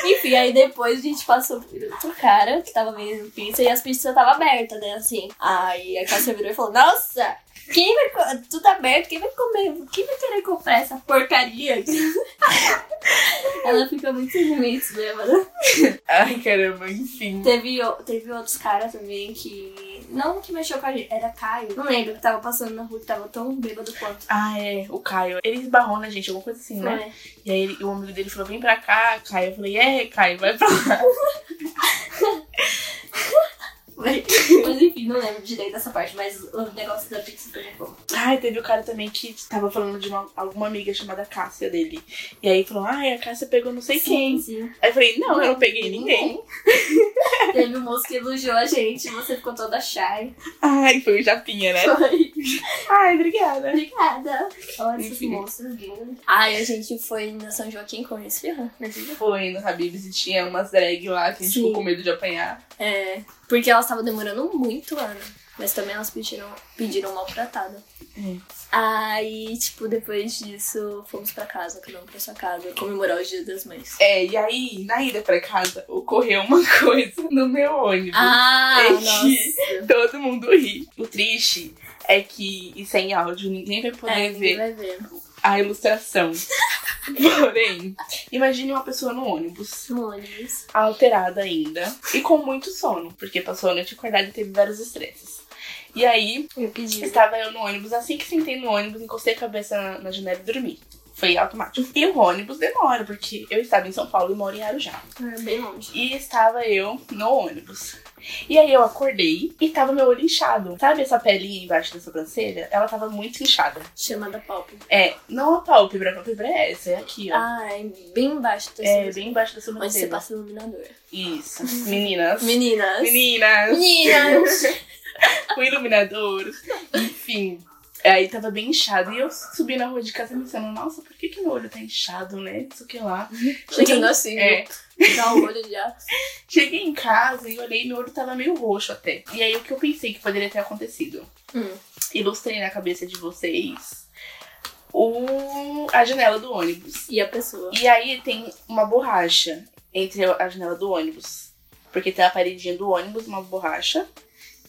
Speaker 2: Enfim, aí depois a gente passou por outro cara que tava vendendo pizza e as pizzas estavam abertas, né? Assim. Aí a Cássia virou e falou: Nossa, quem vai. co- Tudo aberto, quem vai comer? Quem vai querer comprar essa porcaria? Ela fica muito sem limites, né, mano?
Speaker 1: Ai, caramba, enfim.
Speaker 2: Teve, o- teve outros caras também que. Não que mexeu com a gente, era Caio. Não lembro, que tava passando na rua, que tava tão bêbado quanto.
Speaker 1: Ah, é, o Caio. Ele esbarrou na gente, alguma coisa assim, né?
Speaker 2: Né?
Speaker 1: E aí ele- o amigo dele falou, vem pra cá, Caio. Eu falei, é, Caio, vai pra lá.
Speaker 2: Mas mas enfim, não lembro direito dessa parte, mas o negócio da pizza foi bom.
Speaker 1: Ai, teve o cara também que tava falando de uma, alguma amiga chamada Cássia dele. E aí falou, ai, a Cássia pegou não sei quem.
Speaker 2: Sim.
Speaker 1: Aí eu falei, não, eu não peguei ninguém.
Speaker 2: Teve um moço que elogiou a gente, você ficou toda shy.
Speaker 1: Ai, foi o Japinha, né?
Speaker 2: Foi.
Speaker 1: Ai, obrigada.
Speaker 2: Obrigada. Olha esses
Speaker 1: Enfim.
Speaker 2: moços lindos. Ai, a gente foi na São Joaquim com esse ferrão, né?
Speaker 1: Foi no Habib's e tinha umas drag lá que a gente
Speaker 2: Sim.
Speaker 1: ficou com medo de apanhar.
Speaker 2: É, porque elas estavam demorando muito, Ana. Mas também elas pediram, pediram maltratada.
Speaker 1: É.
Speaker 2: Aí, tipo, depois disso, fomos pra casa, cada um pra sua casa, comemorar o Dia das Mães.
Speaker 1: É, e aí, na ida pra casa, ocorreu uma coisa no meu ônibus.
Speaker 2: Ah,
Speaker 1: É
Speaker 2: nossa.
Speaker 1: Todo mundo ri. O triste é que, e sem áudio, ninguém vai poder
Speaker 2: É, ninguém
Speaker 1: ver
Speaker 2: vai ver.
Speaker 1: a ilustração. Porém, imagine uma pessoa no ônibus,
Speaker 2: Mônis.
Speaker 1: alterada ainda, e com muito sono, porque passou a noite acordada e teve vários estresses. E aí,
Speaker 2: Eu pedi.
Speaker 1: Estava eu no ônibus, assim que sentei no ônibus, encostei a cabeça na, na janela e dormi. Foi automático. E o ônibus demora, porque eu estava em São Paulo e moro em Arujá.
Speaker 2: É bem longe.
Speaker 1: E estava eu no ônibus. E aí eu acordei e tava meu olho inchado. Sabe essa pelinha embaixo da sobrancelha? Ela tava muito inchada.
Speaker 2: Chamada pálpebra.
Speaker 1: É, não a pálpebra, a pálpebra é essa, é aqui, ó.
Speaker 2: Ah, é bem embaixo da
Speaker 1: é,
Speaker 2: sua-
Speaker 1: bem embaixo da
Speaker 2: Onde você
Speaker 1: sobrancelha.
Speaker 2: passa o iluminador.
Speaker 1: Isso. Meninas.
Speaker 2: Meninas.
Speaker 1: Meninas.
Speaker 2: Meninas.
Speaker 1: com iluminador. Enfim. É, Aí tava bem inchado. E eu subi na rua de casa pensando, nossa, por que, que meu olho tá inchado, né? Isso que lá. Cheguei,
Speaker 2: Chegando assim,
Speaker 1: é,
Speaker 2: dá o olho já.
Speaker 1: cheguei em casa e olhei, meu olho tava meio roxo até. E aí o que eu pensei que poderia ter acontecido?
Speaker 2: Hum.
Speaker 1: Ilustrei na cabeça de vocês o... a janela do ônibus.
Speaker 2: E a pessoa.
Speaker 1: E aí tem uma borracha entre a janela do ônibus. Porque tem a paredinha do ônibus, uma borracha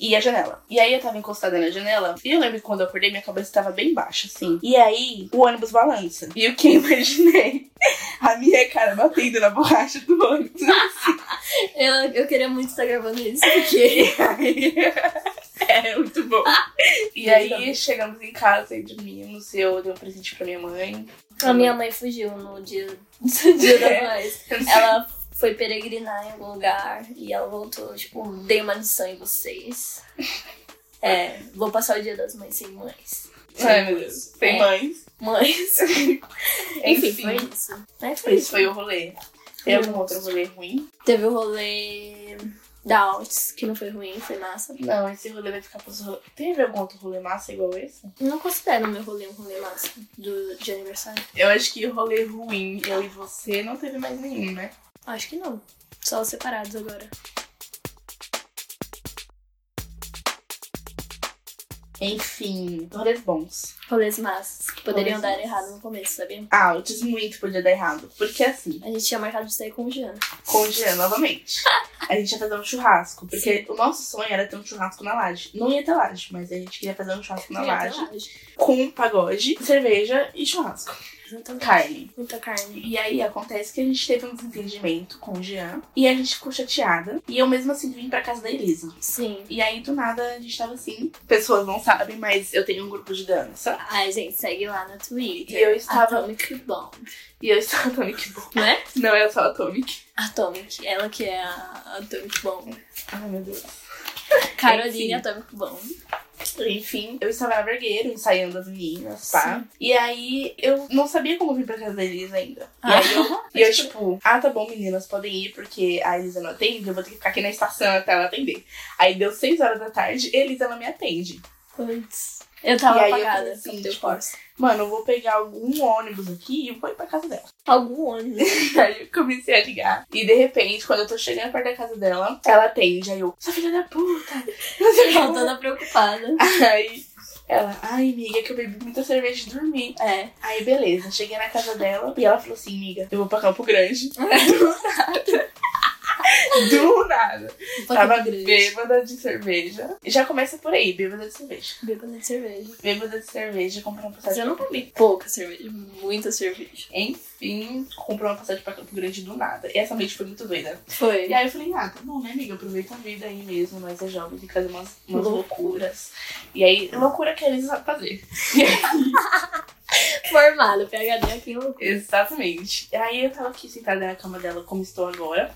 Speaker 1: e a janela. E aí eu tava encostada na janela e eu lembro que quando eu acordei minha cabeça tava bem baixa, assim. E aí o ônibus balança. E o que eu imaginei? A minha cara batendo na borracha do ônibus.
Speaker 2: Eu, eu queria muito estar gravando isso, porque.
Speaker 1: é, muito bom. E aí chegamos em casa e dormimos. Eu dei um presente pra minha mãe.
Speaker 2: A minha mãe fugiu no dia, no dia da voz.
Speaker 1: Eu não sei
Speaker 2: Ela foi peregrinar em algum lugar e ela voltou, tipo, dei uma lição em vocês. É, vou passar o dia das mães sem mães.
Speaker 1: Ai, meu Deus. Tem
Speaker 2: É.
Speaker 1: mães.
Speaker 2: Mães. Enfim, foi isso. É, foi
Speaker 1: Esse
Speaker 2: isso.
Speaker 1: foi o rolê. Tem algum outro rolê ruim?
Speaker 2: Teve o rolê da Alts, que não foi ruim, foi massa.
Speaker 1: Não, esse rolê vai ficar pros rolê. Teve algum outro rolê massa igual esse?
Speaker 2: Eu Não considero o meu rolê um rolê massa do, de aniversário.
Speaker 1: Eu acho que o rolê ruim, eu e você, não teve mais nenhum, né?
Speaker 2: Acho que não. Só os separados agora.
Speaker 1: Enfim, rolês bons.
Speaker 2: Rolês massas, que poderiam
Speaker 1: Rolês
Speaker 2: dar
Speaker 1: massas.
Speaker 2: errado no começo, sabia?
Speaker 1: Ah, eu disse muito podia dar errado. Porque assim,
Speaker 2: A gente tinha marcado de sair com o Jean.
Speaker 1: com o Jean, novamente, a gente ia fazer um churrasco. Porque o nosso sonho era ter um churrasco na laje. Não ia ter laje, mas a gente queria fazer um churrasco na
Speaker 2: Ia até
Speaker 1: laje.
Speaker 2: laje.
Speaker 1: Com pagode, cerveja e churrasco.
Speaker 2: Juntando
Speaker 1: Carne.
Speaker 2: muita carne.
Speaker 1: E aí acontece que a gente teve um desentendimento com o Jean e a gente ficou chateada. E eu mesmo assim vim pra casa da Elisa.
Speaker 2: Sim.
Speaker 1: E aí do nada a gente tava assim. Pessoas não sabem, mas eu tenho um grupo de dança.
Speaker 2: Ai, gente, segue lá no Twitter.
Speaker 1: E eu estava-
Speaker 2: Atomic Blonde.
Speaker 1: E eu estou Atomic Bomb.
Speaker 2: Não é?
Speaker 1: Não é só Atomic.
Speaker 2: Atomic. Ela que é a Atomic Bomb.
Speaker 1: Ai meu Deus. Enfim.
Speaker 2: Caroline Atomic Bomb.
Speaker 1: Enfim, eu estava na vergueiro ensaiando as meninas, pá. E aí eu não sabia como vir pra casa da Elisa ainda. E aí eu E eu, tipo, ah, tá bom, meninas, podem ir, porque a Elisa não atende, eu vou ter que ficar aqui na estação até ela atender. Aí deu 6 horas da tarde, Elisa não me atende.
Speaker 2: Putz. Eu tava
Speaker 1: E aí eu
Speaker 2: apagada.
Speaker 1: falei assim,
Speaker 2: com teu
Speaker 1: tipo,
Speaker 2: post.
Speaker 1: Mano, eu vou pegar algum ônibus aqui e vou ir pra casa dela.
Speaker 2: Algum ônibus.
Speaker 1: Aí eu comecei a ligar. E de repente, quando eu tô chegando perto da casa dela, ela atende. Aí eu, sua filha da puta! Não sei o
Speaker 2: Ela
Speaker 1: que.
Speaker 2: toda preocupada.
Speaker 1: Aí Ela, ai, amiga, que eu bebi muita cerveja e dormi.
Speaker 2: É.
Speaker 1: Aí, beleza. Cheguei na casa dela e ela falou assim, amiga, eu vou pra Campo Grande. Do nada.
Speaker 2: um
Speaker 1: Tava bêbada de cerveja. Já começa por aí, bêbada de cerveja.
Speaker 2: Bêbada de cerveja.
Speaker 1: Bêbada de cerveja, comprou uma
Speaker 2: Mas
Speaker 1: passagem.
Speaker 2: eu não bebi pouca cerveja, muita cerveja.
Speaker 1: Enfim, comprou uma passagem pra Campo Grande do nada. E essa noite foi muito doida.
Speaker 2: Foi.
Speaker 1: E aí eu falei, ah, tá bom, né, amiga? Aproveita a vida aí mesmo, nós é jovem, fica fazendo umas, umas loucuras. E aí, loucura que eles sabem fazer.
Speaker 2: Formada, PHD aqui eu.
Speaker 1: Exatamente. Aí eu tava aqui sentada na cama dela, como estou agora.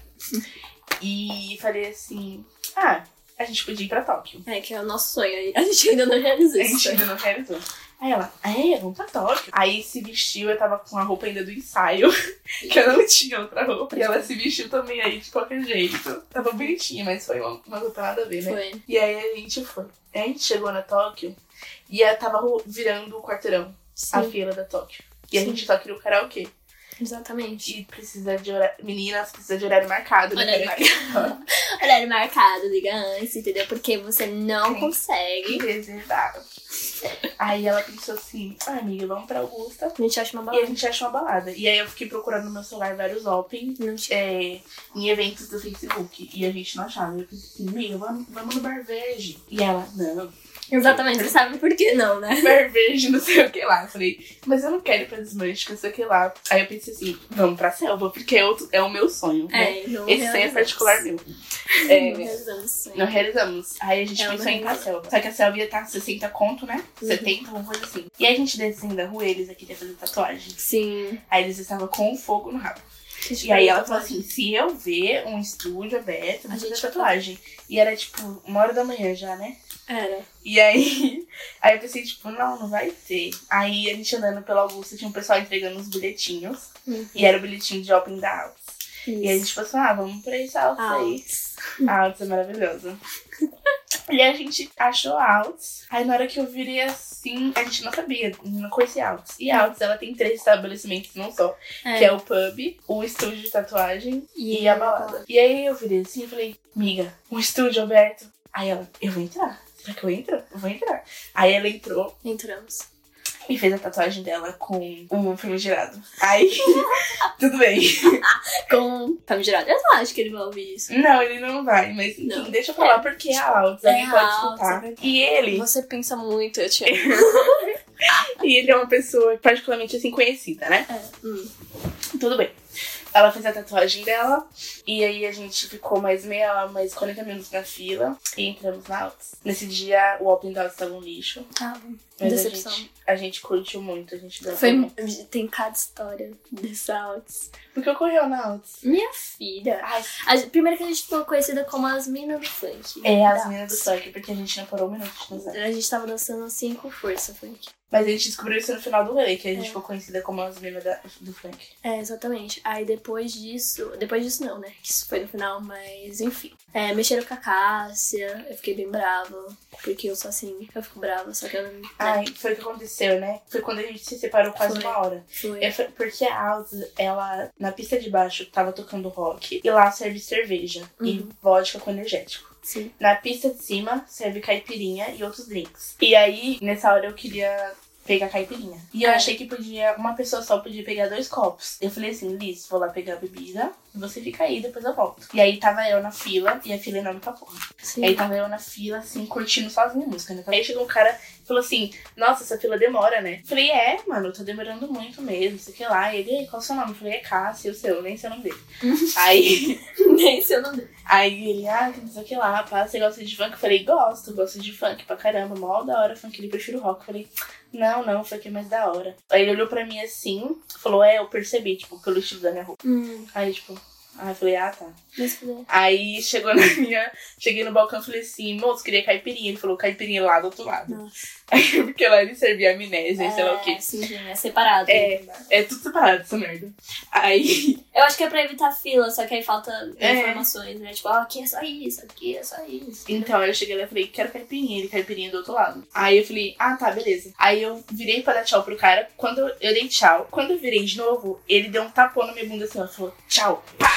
Speaker 1: E falei assim, ah, a gente podia ir pra Tóquio.
Speaker 2: É, que é o nosso sonho aí. A gente ainda não realizou
Speaker 1: A
Speaker 2: esse
Speaker 1: gente
Speaker 2: sonho.
Speaker 1: ainda não realizou. Aí ela, é, vamos pra Tóquio. Aí se vestiu, eu tava com a roupa ainda do ensaio, que eu não tinha outra roupa. E ela se vestiu também aí de qualquer jeito. Tava bonitinha, mas foi uma, uma roupa nada a ver, né?
Speaker 2: Foi.
Speaker 1: E aí a gente foi. Aí a gente chegou na Tóquio e ela tava ro- virando o quarteirão, a
Speaker 2: Sim,
Speaker 1: fila da Tóquio. E a
Speaker 2: Sim.
Speaker 1: gente só queria o karaokê.
Speaker 2: exatamente.
Speaker 1: E precisa de horário. Meninas, precisa de horário marcado. né?
Speaker 2: Horário Horário marcado, liga antes, entendeu? Porque você não
Speaker 1: Sim.
Speaker 2: consegue.
Speaker 1: é Reservado. Aí ela pensou assim: ah, amiga, vamos pra Augusta.
Speaker 2: A gente acha uma
Speaker 1: E a
Speaker 2: balada.
Speaker 1: gente achou uma balada. E aí eu fiquei procurando no meu celular vários open
Speaker 2: Não tinha.
Speaker 1: é, em eventos do Facebook. E a gente não achava. Eu pensei assim, amiga, vamos, vamos no Barvege. E ela, não,
Speaker 2: Exatamente, você sabe por que não, né?
Speaker 1: Barvege, não sei o que lá. Eu falei, mas eu não quero ir pra desmanche, não sei o que lá. Aí eu pensei assim, vamos pra selva, porque é, outro, é o meu sonho. né?
Speaker 2: É, não
Speaker 1: Esse sonho é
Speaker 2: realizamos.
Speaker 1: particular meu.
Speaker 2: Não
Speaker 1: É,
Speaker 2: realizamos esse sonho.
Speaker 1: não realizamos. Aí a gente
Speaker 2: Ela É, não
Speaker 1: pensou em ir pra
Speaker 2: realizou.
Speaker 1: selva. Só que a selva ia estar 60 conto, né?
Speaker 2: Uhum.
Speaker 1: 70, uma coisa assim. E aí a gente descendo da rua, eles aqui queriam fazer tatuagem.
Speaker 2: Sim.
Speaker 1: Aí eles estavam com fogo no rabo. E aí ela falou assim, se eu ver um estúdio aberto, eu vou
Speaker 2: A
Speaker 1: fazer
Speaker 2: gente
Speaker 1: tatuagem. E era tipo uma hora da manhã já, né?
Speaker 2: Era.
Speaker 1: E aí, aí eu pensei, tipo, não, não vai ter. Aí a gente andando pela Augusta, tinha um pessoal entregando uns bilhetinhos.
Speaker 2: Uhum.
Speaker 1: E era o bilhetinho de Open da Alps. E a gente falou assim, ah, vamos pra esse Alps aí.
Speaker 2: Altos.
Speaker 1: A Alps é maravilhosa. e a gente achou a Alps. Aí na hora que eu virei assim, a gente não sabia, não conhecia a Alps. E a Alps, ela tem três estabelecimentos, não só. Que é o pub, o estúdio de tatuagem e a balada. E aí eu virei assim e falei, miga, um estúdio aberto. Aí ela, eu vou entrar. Será que eu entro? Eu vou entrar. Aí ela entrou
Speaker 2: Entramos.
Speaker 1: e fez a tatuagem dela com o famigerado. Aí, tudo bem.
Speaker 2: Com famigerado. Eu não acho que ele vai ouvir isso.
Speaker 1: Não, ele não vai, mas enfim,
Speaker 2: Não.
Speaker 1: deixa eu falar porque é a Altos,
Speaker 2: É
Speaker 1: alguém pode
Speaker 2: a Altos, é
Speaker 1: escutar.
Speaker 2: verdade.
Speaker 1: e ele,
Speaker 2: Você pensa muito, eu te amo.
Speaker 1: e ele é uma pessoa particularmente assim conhecida, né?
Speaker 2: Hum.
Speaker 1: Tudo bem. Ela fez a tatuagem dela. E aí a gente ficou mais meia, mais 40 minutos na fila. E entramos na Altos. Nesse dia, o Open da Altos tava um lixo.
Speaker 2: Ah,
Speaker 1: Mas
Speaker 2: Decepção.
Speaker 1: A gente, a gente curtiu muito, a gente dançou
Speaker 2: Foi,
Speaker 1: muito.
Speaker 2: tem cada história dessa Altos.
Speaker 1: O que ocorreu na Altos?
Speaker 2: Minha filha.
Speaker 1: Ai,
Speaker 2: A gente- primeiro que a gente ficou conhecida como as minas do funk.
Speaker 1: é as
Speaker 2: Da-
Speaker 1: meninas do funk, porque a gente não parou um minuto de dançar.
Speaker 2: A gente tava dançando assim com força funk.
Speaker 1: Mas a gente descobriu isso no final do rolê, que a gente
Speaker 2: É.
Speaker 1: ficou conhecida como as meninas da- do funk.
Speaker 2: É, exatamente. Aí depois disso. Depois disso não, né? Que isso foi no final, mas enfim. É, mexeram com a Cássia, eu fiquei bem brava. Porque eu sou assim, eu fico brava, só que eu não. né,
Speaker 1: Ai, foi o que aconteceu, né? Foi quando a gente se separou quase
Speaker 2: Foi.
Speaker 1: uma hora.
Speaker 2: foi.
Speaker 1: É foi- porque a Alza, ela, na pista de baixo, tava tocando rock. E lá serve cerveja e
Speaker 2: Uhum.
Speaker 1: vodka com energético.
Speaker 2: Sim.
Speaker 1: Na pista de cima, serve caipirinha e outros drinks. E aí, nessa hora, eu queria pegar caipirinha. E eu
Speaker 2: É.
Speaker 1: achei que podia, uma pessoa só podia pegar dois copos. Eu falei assim, Liz, vou lá pegar a bebida. Você fica aí, depois eu volto. E aí tava eu na fila, e a fila é enorme pra porra.
Speaker 2: Sim.
Speaker 1: Aí tava eu na fila, assim, curtindo sozinha a música, né? Aí chegou um cara e falou assim, nossa, essa fila demora, né? Falei, é, mano, tá demorando muito mesmo, sei que lá. E ele, "Ei, qual o seu nome? Eu Falei, é Cássio, o seu, nem sei o nome dele. aí,
Speaker 2: Nem sei o nome dele.
Speaker 1: aí ele, ah, que não sei o que lá, pá, você gosta de funk? Eu falei, gosto, gosto de funk pra caramba, mó da hora funk, ele prefiro rock. Eu falei, não, não, funk é mais da hora. Aí ele olhou pra mim assim, falou, é, eu percebi, tipo, pelo estilo da minha roupa.
Speaker 2: Hum,
Speaker 1: Aí, tipo, aí eu falei, ah, tá.
Speaker 2: mas tudo
Speaker 1: Aí chegou na minha. Cheguei no balcão e falei assim, moço, queria caipirinha. Ele falou, caipirinha lá do outro lado.
Speaker 2: Nossa.
Speaker 1: Aí, porque lá ele servia amnésia, sei lá o
Speaker 2: bem.
Speaker 1: quê.
Speaker 2: É, sim, sim, é separado.
Speaker 1: É. É tudo separado essa merda. Aí.
Speaker 2: Eu acho que é pra evitar fila, só que aí falta
Speaker 1: É.
Speaker 2: informações, né? Tipo, ó, aqui é só isso, aqui é só isso.
Speaker 1: Então aí eu cheguei lá e falei, quero caipirinha. Ele, caipirinha do outro lado. Aí eu falei, ah tá, beleza. Aí eu virei pra dar tchau pro cara. Quando eu eu dei tchau, quando eu virei de novo, ele deu um tapão na minha bunda assim, ó. Falou, tchau. Pá!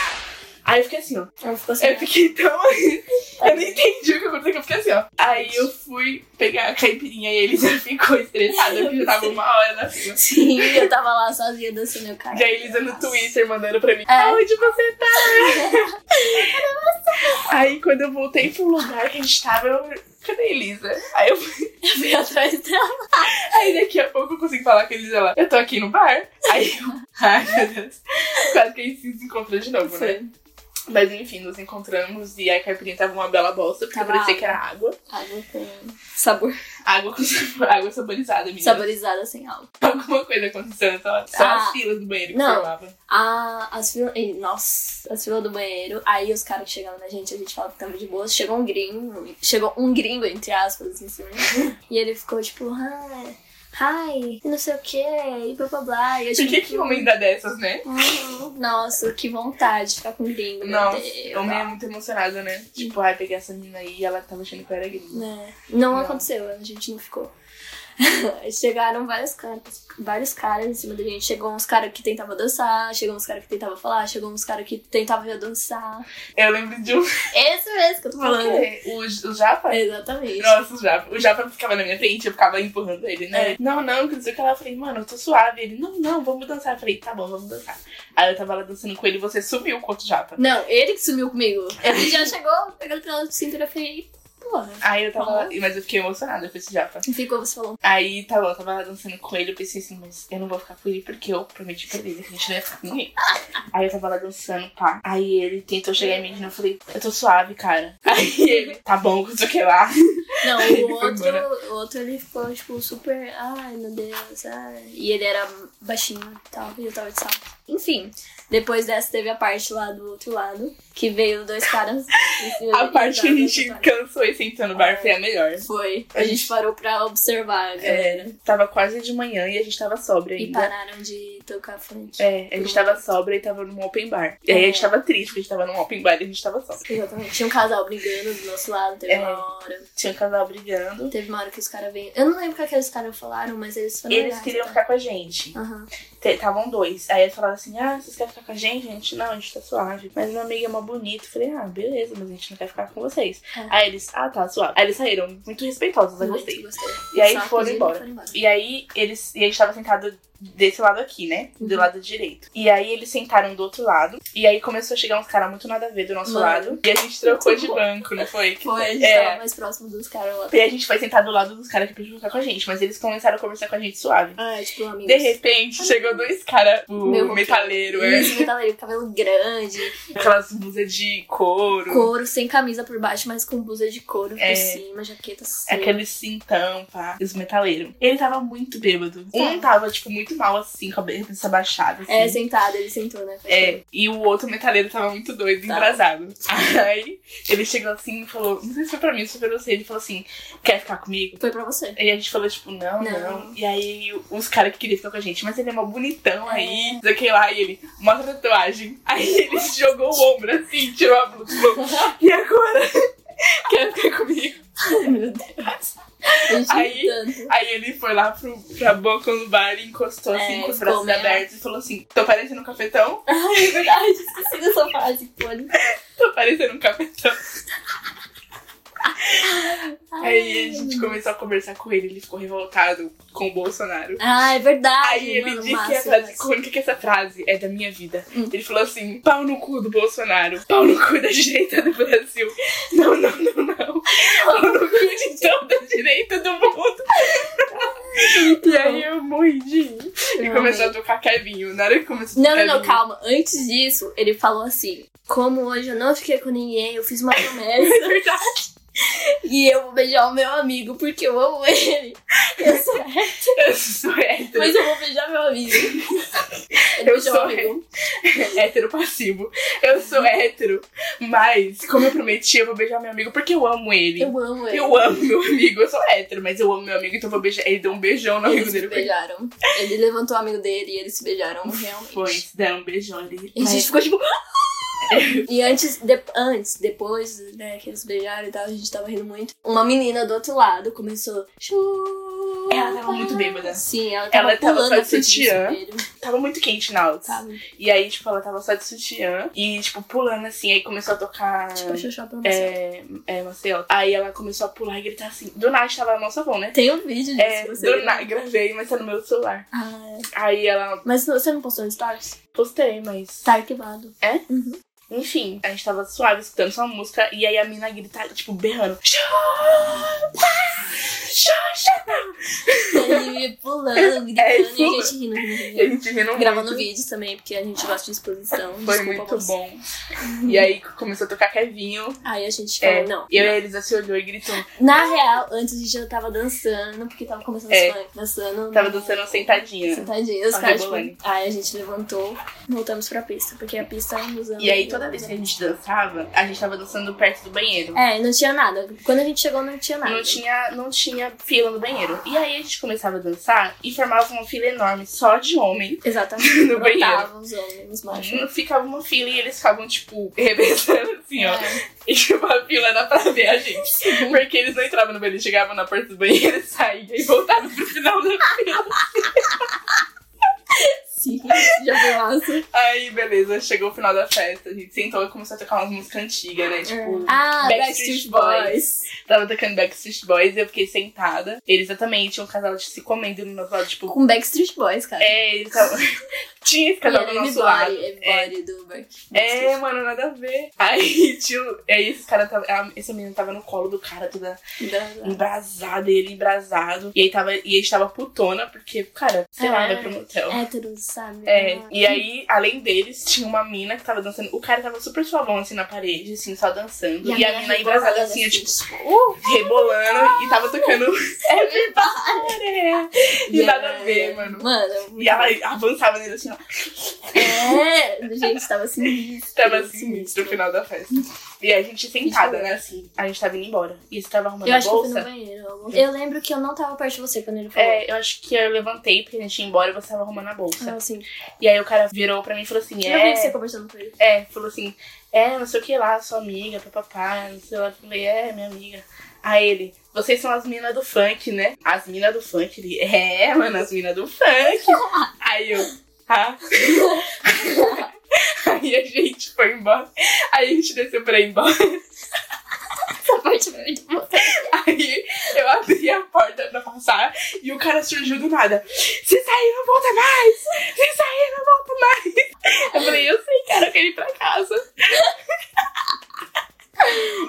Speaker 1: Aí eu fiquei assim, ó.
Speaker 2: Ela ficou assim.
Speaker 1: Eu fiquei tão. eu não entendi o que aconteceu, que eu fiquei assim, ó. Aí eu fui pegar a caipirinha e ele já ficou estressado, porque já tava uma hora na fila.
Speaker 2: Sim, eu tava lá sozinha dançando meu cara.
Speaker 1: E aí Elisa no
Speaker 2: Nossa.
Speaker 1: Twitter mandando pra mim, ah, onde você tá? aí quando eu voltei pro lugar que a gente tava, eu. Cadê a Elisa? Aí, eu...
Speaker 2: Eu fui atrás dela.
Speaker 1: aí daqui a pouco eu consigo falar com a Elisa lá. Eu tô aqui no bar. Aí eu. Ai, meu Deus. Quase que a gente se encontrou de novo, né?
Speaker 2: Foi.
Speaker 1: Mas enfim, nos encontramos e a caipirinha tava uma bela bosta, porque
Speaker 2: Tava
Speaker 1: parecia
Speaker 2: água.
Speaker 1: que era água.
Speaker 2: Água com Ah, sabor.
Speaker 1: Água, com sabor, água saborizada, menina.
Speaker 2: Saborizada sem álcool.
Speaker 1: Alguma coisa aconteceu nessa hora. Só
Speaker 2: Ah.
Speaker 1: as filas do banheiro que
Speaker 2: Não.
Speaker 1: formava.
Speaker 2: Ah, as filas. Nossa, as filas do banheiro. Aí os caras que chegavam na gente, a gente falava que tava de boa. Chegou um gringo. Chegou um gringo, entre aspas, em cima. E ele ficou tipo, ai, ai, e não sei o que, e blá blá blá. E eu,
Speaker 1: Por
Speaker 2: tipo,
Speaker 1: que que homem dá dessas, né?
Speaker 2: "Hum, Nossa, que vontade de ficar com um gringo. Meu
Speaker 1: Nossa,
Speaker 2: Deus.
Speaker 1: homem é muito emocionado, né? Tipo, ai, peguei essa menina aí e ela tava achando que eu era gringa.
Speaker 2: É, Não,
Speaker 1: Não.
Speaker 2: aconteceu, a gente não ficou. Chegaram vários caras, vários caras em cima da gente. Chegou uns caras que tentavam dançar, chegou uns caras que tentavam falar, chegou uns caras que tentavam dançar.
Speaker 1: Eu lembro de um.
Speaker 2: Esse mesmo que eu tô falando.
Speaker 1: O, o Japa?
Speaker 2: Exatamente.
Speaker 1: Nossa, o Japa. O Japa ficava na minha frente, eu ficava empurrando ele, né? Não, não, que não sei o que lá. Eu falei, mano, eu tô suave. Ele, não, não, vamos dançar. Eu falei, tá bom, vamos dançar. Aí eu tava lá dançando com ele e você sumiu com outro Japa.
Speaker 2: Não, ele que sumiu comigo. Ele já chegou, pegando pela cintura feia e porra.
Speaker 1: Aí eu tava lá, mas eu fiquei emocionada com esse Japa.
Speaker 2: Ficou, você falou. um
Speaker 1: Aí, tá bom, eu tava lá dançando com ele, eu pensei assim, mas eu não vou ficar com ele porque eu prometi pra ele que a gente não ia ficar com ninguém. Aí eu tava lá dançando, pá. Aí ele tentou chegar em mim e eu falei, eu tô suave, cara. Aí ele, tá bom, que não sei o que lá.
Speaker 2: Não,
Speaker 1: Ele
Speaker 2: o
Speaker 1: foi
Speaker 2: outro,
Speaker 1: embora.
Speaker 2: o outro ele ficou, tipo, super. Ai, meu Deus, ai. E ele era baixinho e tal, e eu tava de salto. Enfim, depois dessa teve a parte lá do outro lado, que veio dois caras. em cima
Speaker 1: A
Speaker 2: dele,
Speaker 1: parte que a
Speaker 2: tava
Speaker 1: gente
Speaker 2: dançando.
Speaker 1: cansou e sentou no bar foi a melhor.
Speaker 2: Foi. A gente parou pra observar, galera.
Speaker 1: É, tava quase de manhã e a gente tava sobra
Speaker 2: E
Speaker 1: ainda.
Speaker 2: pararam de tocar frente.
Speaker 1: É, a gente tava sobra e tava num open bar. E aí a gente
Speaker 2: É.
Speaker 1: tava triste, porque a gente tava num open bar e a gente tava sobra.
Speaker 2: Exatamente. Tinha um casal brigando do nosso lado, teve
Speaker 1: É.
Speaker 2: uma hora.
Speaker 1: Tinha um casal brigando.
Speaker 2: Teve uma hora que os caras vêm. Eu não lembro o que aqueles caras falaram, mas eles foram.
Speaker 1: Eles
Speaker 2: legais,
Speaker 1: queriam
Speaker 2: tá?
Speaker 1: ficar com a gente.
Speaker 2: Aham.
Speaker 1: Estavam dois. Aí eles falaram assim: Ah, vocês querem ficar com a gente? A gente, não, a gente tá suave. Mas minha amiga é uma bonita. Eu falei: Ah, beleza, mas a gente não quer ficar com vocês.
Speaker 2: É.
Speaker 1: Aí eles, ah, tá, suave. Aí eles saíram muito respeitosos, eu
Speaker 2: Muito
Speaker 1: gostei.
Speaker 2: gostei.
Speaker 1: E aí
Speaker 2: Só
Speaker 1: foram
Speaker 2: acudiram e
Speaker 1: embora.
Speaker 2: foram embora.
Speaker 1: E aí eles. E a gente tava sentado desse lado aqui, né? Do
Speaker 2: Uhum.
Speaker 1: lado direito. E aí eles sentaram do outro lado. E aí começou a chegar uns caras muito nada a ver do nosso
Speaker 2: Mano.
Speaker 1: lado. E a gente trocou
Speaker 2: Muito
Speaker 1: de
Speaker 2: bom.
Speaker 1: banco, não foi?
Speaker 2: Foi, a gente tava
Speaker 1: é.
Speaker 2: mais próximo dos caras lá.
Speaker 1: E a gente foi sentar do lado dos caras que pediu ficar com a gente. Mas eles começaram a conversar com a gente suave.
Speaker 2: Ah, tipo, amigos.
Speaker 1: De repente, chegou dois caras, o
Speaker 2: Meu
Speaker 1: metaleiro, é.
Speaker 2: Isso, metaleiro, cabelo grande,
Speaker 1: Aquelas blusas de couro.
Speaker 2: couro, sem camisa por baixo, mas com blusa de couro
Speaker 1: É.
Speaker 2: por cima, jaqueta assim.
Speaker 1: Aquele cintão, pá. Os metaleiros. Ele tava muito bêbado. Um
Speaker 2: É.
Speaker 1: tava, tipo, muito mal, assim, com a cabeça baixada, assim.
Speaker 2: É, sentado, ele sentou, né? Foi
Speaker 1: É, e o outro metaleiro tava muito doido,
Speaker 2: Tá.
Speaker 1: embrasado. Aí ele chegou assim e falou: Não sei se foi pra mim, se foi pra você. Ele falou assim: Quer ficar comigo?
Speaker 2: Foi pra você.
Speaker 1: E a gente falou, tipo, não, não.
Speaker 2: Não.
Speaker 1: E aí os caras que queriam ficar com a gente, mas ele é mó bonitão aí, não sei o que lá. E ele, mostra a tatuagem. Aí ele jogou o ombro assim, tirou a blusa. e falou, E agora? Quer ficar comigo?
Speaker 2: Ai, meu Deus. A gente
Speaker 1: Aí-
Speaker 2: riu tanto.
Speaker 1: Aí ele foi lá pro, pra boca no bar e encostou assim
Speaker 2: É,
Speaker 1: com os
Speaker 2: ficou
Speaker 1: braços
Speaker 2: meio-
Speaker 1: abertos e falou assim: tô parecendo um cafetão,
Speaker 2: Ai, é verdade, esqueci dessa frase, pode.
Speaker 1: tô parecendo um cafetão.
Speaker 2: Ai.
Speaker 1: Aí a gente começou a conversar com ele, ele ficou revoltado com o Bolsonaro.
Speaker 2: Ah, é verdade.
Speaker 1: Aí ele
Speaker 2: mano,
Speaker 1: disse
Speaker 2: massa,
Speaker 1: a frase
Speaker 2: massa.
Speaker 1: icônica que essa frase é da minha vida.
Speaker 2: Hum.
Speaker 1: Ele falou assim: pau no cu do Bolsonaro, pau no cu da direita do Brasil. Não, não, não, não. Pau no cu de toda a direita do mundo. E aí eu morri de rir. E
Speaker 2: Eu
Speaker 1: começou a tocar Kevinho. Na hora que começou a
Speaker 2: Não,
Speaker 1: tocar
Speaker 2: não, não,
Speaker 1: Kevinho,
Speaker 2: calma. Antes disso, ele falou assim: Como hoje eu não fiquei com ninguém, eu fiz uma promessa. e eu vou beijar o meu amigo porque eu amo ele. Eu sou hétero,
Speaker 1: Eu sou hétero.
Speaker 2: mas eu vou beijar meu amigo. Ele
Speaker 1: Eu
Speaker 2: beijou
Speaker 1: sou
Speaker 2: o amigo.
Speaker 1: hétero passivo. Eu sou hétero, mas como eu prometi, eu vou beijar meu amigo porque eu amo ele.
Speaker 2: Eu amo ele.
Speaker 1: Eu amo meu amigo, eu sou hétero, mas eu amo meu amigo, então eu vou beijar. Ele deu um beijão no amigo
Speaker 2: Eles se
Speaker 1: dele. porque-
Speaker 2: beijaram. Ele levantou o amigo dele e eles se beijaram realmente.
Speaker 1: Foi, eles deram um beijão ali.
Speaker 2: E a gente ficou tipo. E antes, de- antes, depois, né, que eles beijaram e tal, a gente tava rindo muito. Uma menina do outro lado começou. Chupa!
Speaker 1: Ela tava muito bêbada.
Speaker 2: Sim, ela tava
Speaker 1: Ela tava
Speaker 2: pulando
Speaker 1: só de
Speaker 2: na frente do
Speaker 1: sutiã.
Speaker 2: espelho.
Speaker 1: Tava muito quente na aula.
Speaker 2: Sabe?
Speaker 1: E aí, tipo, ela tava só de sutiã e, tipo, pulando assim. Aí começou a tocar.
Speaker 2: Tipo, xoxó pra você.
Speaker 1: É, é, Maceió. Aí ela começou a pular e gritar assim. Do nada estava no nosso avô, né?
Speaker 2: Tem um vídeo disso.
Speaker 1: É,
Speaker 2: você
Speaker 1: do nada, gravei, mas tá no meu celular.
Speaker 2: Ah, é.
Speaker 1: Aí ela
Speaker 2: Mas não- você não postou no stories?
Speaker 1: postei, mas.
Speaker 2: Tá arquivado.
Speaker 1: Enfim, a gente tava suave escutando sua música e aí a mina grita, tipo, berrando.
Speaker 2: Ele pulando, gritando
Speaker 1: É,
Speaker 2: e
Speaker 1: pula.
Speaker 2: a gente rindo, rindo,
Speaker 1: E a
Speaker 2: rindo.
Speaker 1: gente rindo
Speaker 2: Gravando
Speaker 1: muito.
Speaker 2: vídeos também, porque a gente gosta de exposição.
Speaker 1: Foi
Speaker 2: Desculpa,
Speaker 1: muito
Speaker 2: moça.
Speaker 1: bom. E aí começou a tocar Kevinho.
Speaker 2: Aí a gente falou,
Speaker 1: É,
Speaker 2: não.
Speaker 1: E eu e
Speaker 2: não.
Speaker 1: a Elisa se olhou e gritou.
Speaker 2: Na real, antes a gente já tava dançando, porque tava começando
Speaker 1: É.
Speaker 2: os funk, dançando.
Speaker 1: Tava
Speaker 2: né?
Speaker 1: dançando sentadinha.
Speaker 2: Sentadinha, os
Speaker 1: Só
Speaker 2: caras,
Speaker 1: rebolando.
Speaker 2: tipo, aí a gente levantou, voltamos pra pista, porque a pista era nos anos.
Speaker 1: E aí toda vez que a gente dançava, a gente tava dançando perto do banheiro.
Speaker 2: É, não tinha nada. Quando a gente chegou, não tinha nada.
Speaker 1: Não tinha, não tinha fila no banheiro. E aí a gente começava a dançar e formava uma fila enorme só de homem.
Speaker 2: Exatamente.
Speaker 1: No banheiro.
Speaker 2: Brotavam os homens, os machos.
Speaker 1: Ficava uma fila e eles ficavam, tipo, revezando assim, ó.
Speaker 2: É.
Speaker 1: E tipo, a fila era pra ver a gente. Porque eles não entravam no banheiro, eles chegavam na porta do banheiro, saíam e voltavam pro final da fila.
Speaker 2: Sim, já foi assim. massa.
Speaker 1: Aí, beleza, chegou o final da festa, a gente sentou e começou a tocar umas músicas antigas, né? Tipo,
Speaker 2: Ah,
Speaker 1: Backstreet Boys. tava tocando Backstreet Boys e eu fiquei sentada. Eles exatamente tinham um casal de- se comendo no nosso lado, tipo,
Speaker 2: Com Backstreet Boys, cara.
Speaker 1: É, eles tavam... Tinha esse casal
Speaker 2: E
Speaker 1: do
Speaker 2: era
Speaker 1: nosso lado.
Speaker 2: everybody, everybody do Back-
Speaker 1: É,
Speaker 2: Backstreet
Speaker 1: mano, nada a ver. Aí, tio, aí esse cara tava. a- Essa menina tava no colo do cara, toda
Speaker 2: Boys.
Speaker 1: embrasada, e ele embrasado. E aí tava. E ele tava putona, porque, cara, sei lá,
Speaker 2: É.
Speaker 1: vai pro motel.
Speaker 2: Héteros, sabe? né?
Speaker 1: É, e aí, além deles, tinha uma mina que tava dançando. O cara tava super suavão, assim, na parede, assim, só dançando. E, a,
Speaker 2: minha
Speaker 1: mina
Speaker 2: rebolada,
Speaker 1: embrasada, assim, tipo,
Speaker 2: assim,
Speaker 1: rebolando e tava tocando.
Speaker 2: É
Speaker 1: Everybody! E nada a ver,
Speaker 2: yeah.
Speaker 1: mano.
Speaker 2: Mano,
Speaker 1: E ela avançava nele assim, ó.
Speaker 2: é, gente, tava sinistro.
Speaker 1: Tava sinistro no final da festa. E a gente sentada, né? Assim, a gente tava indo embora. E você tava arrumando
Speaker 2: Eu
Speaker 1: a
Speaker 2: acho que foi no
Speaker 1: bolsa.
Speaker 2: banheiro. algum- Eu lembro que eu não tava perto de você quando ele falou.
Speaker 1: É, eu acho que eu levantei porque a gente ia embora e você tava arrumando a bolsa.
Speaker 2: Ah, assim,
Speaker 1: E aí o cara virou pra mim e falou assim:
Speaker 2: Eu vi você
Speaker 1: É,
Speaker 2: conversando com ele.
Speaker 1: é, falou assim, é, não sei o que lá, sua amiga, papapá, não sei lá. Eu falei, é, minha amiga. Aí ele, vocês são as minas do funk, né? As minas do funk. Ele, é, mano, as minas do funk. Aí eu, ah. Aí a gente foi embora. Aí a gente desceu pra ir embora.
Speaker 2: Essa parte foi muito boa.
Speaker 1: Aí eu abri a porta pra passar e o cara surgiu do nada. Se sair, não volta mais! Se sair, não volta mais! Eu falei, eu sei, cara, eu quero ir pra casa.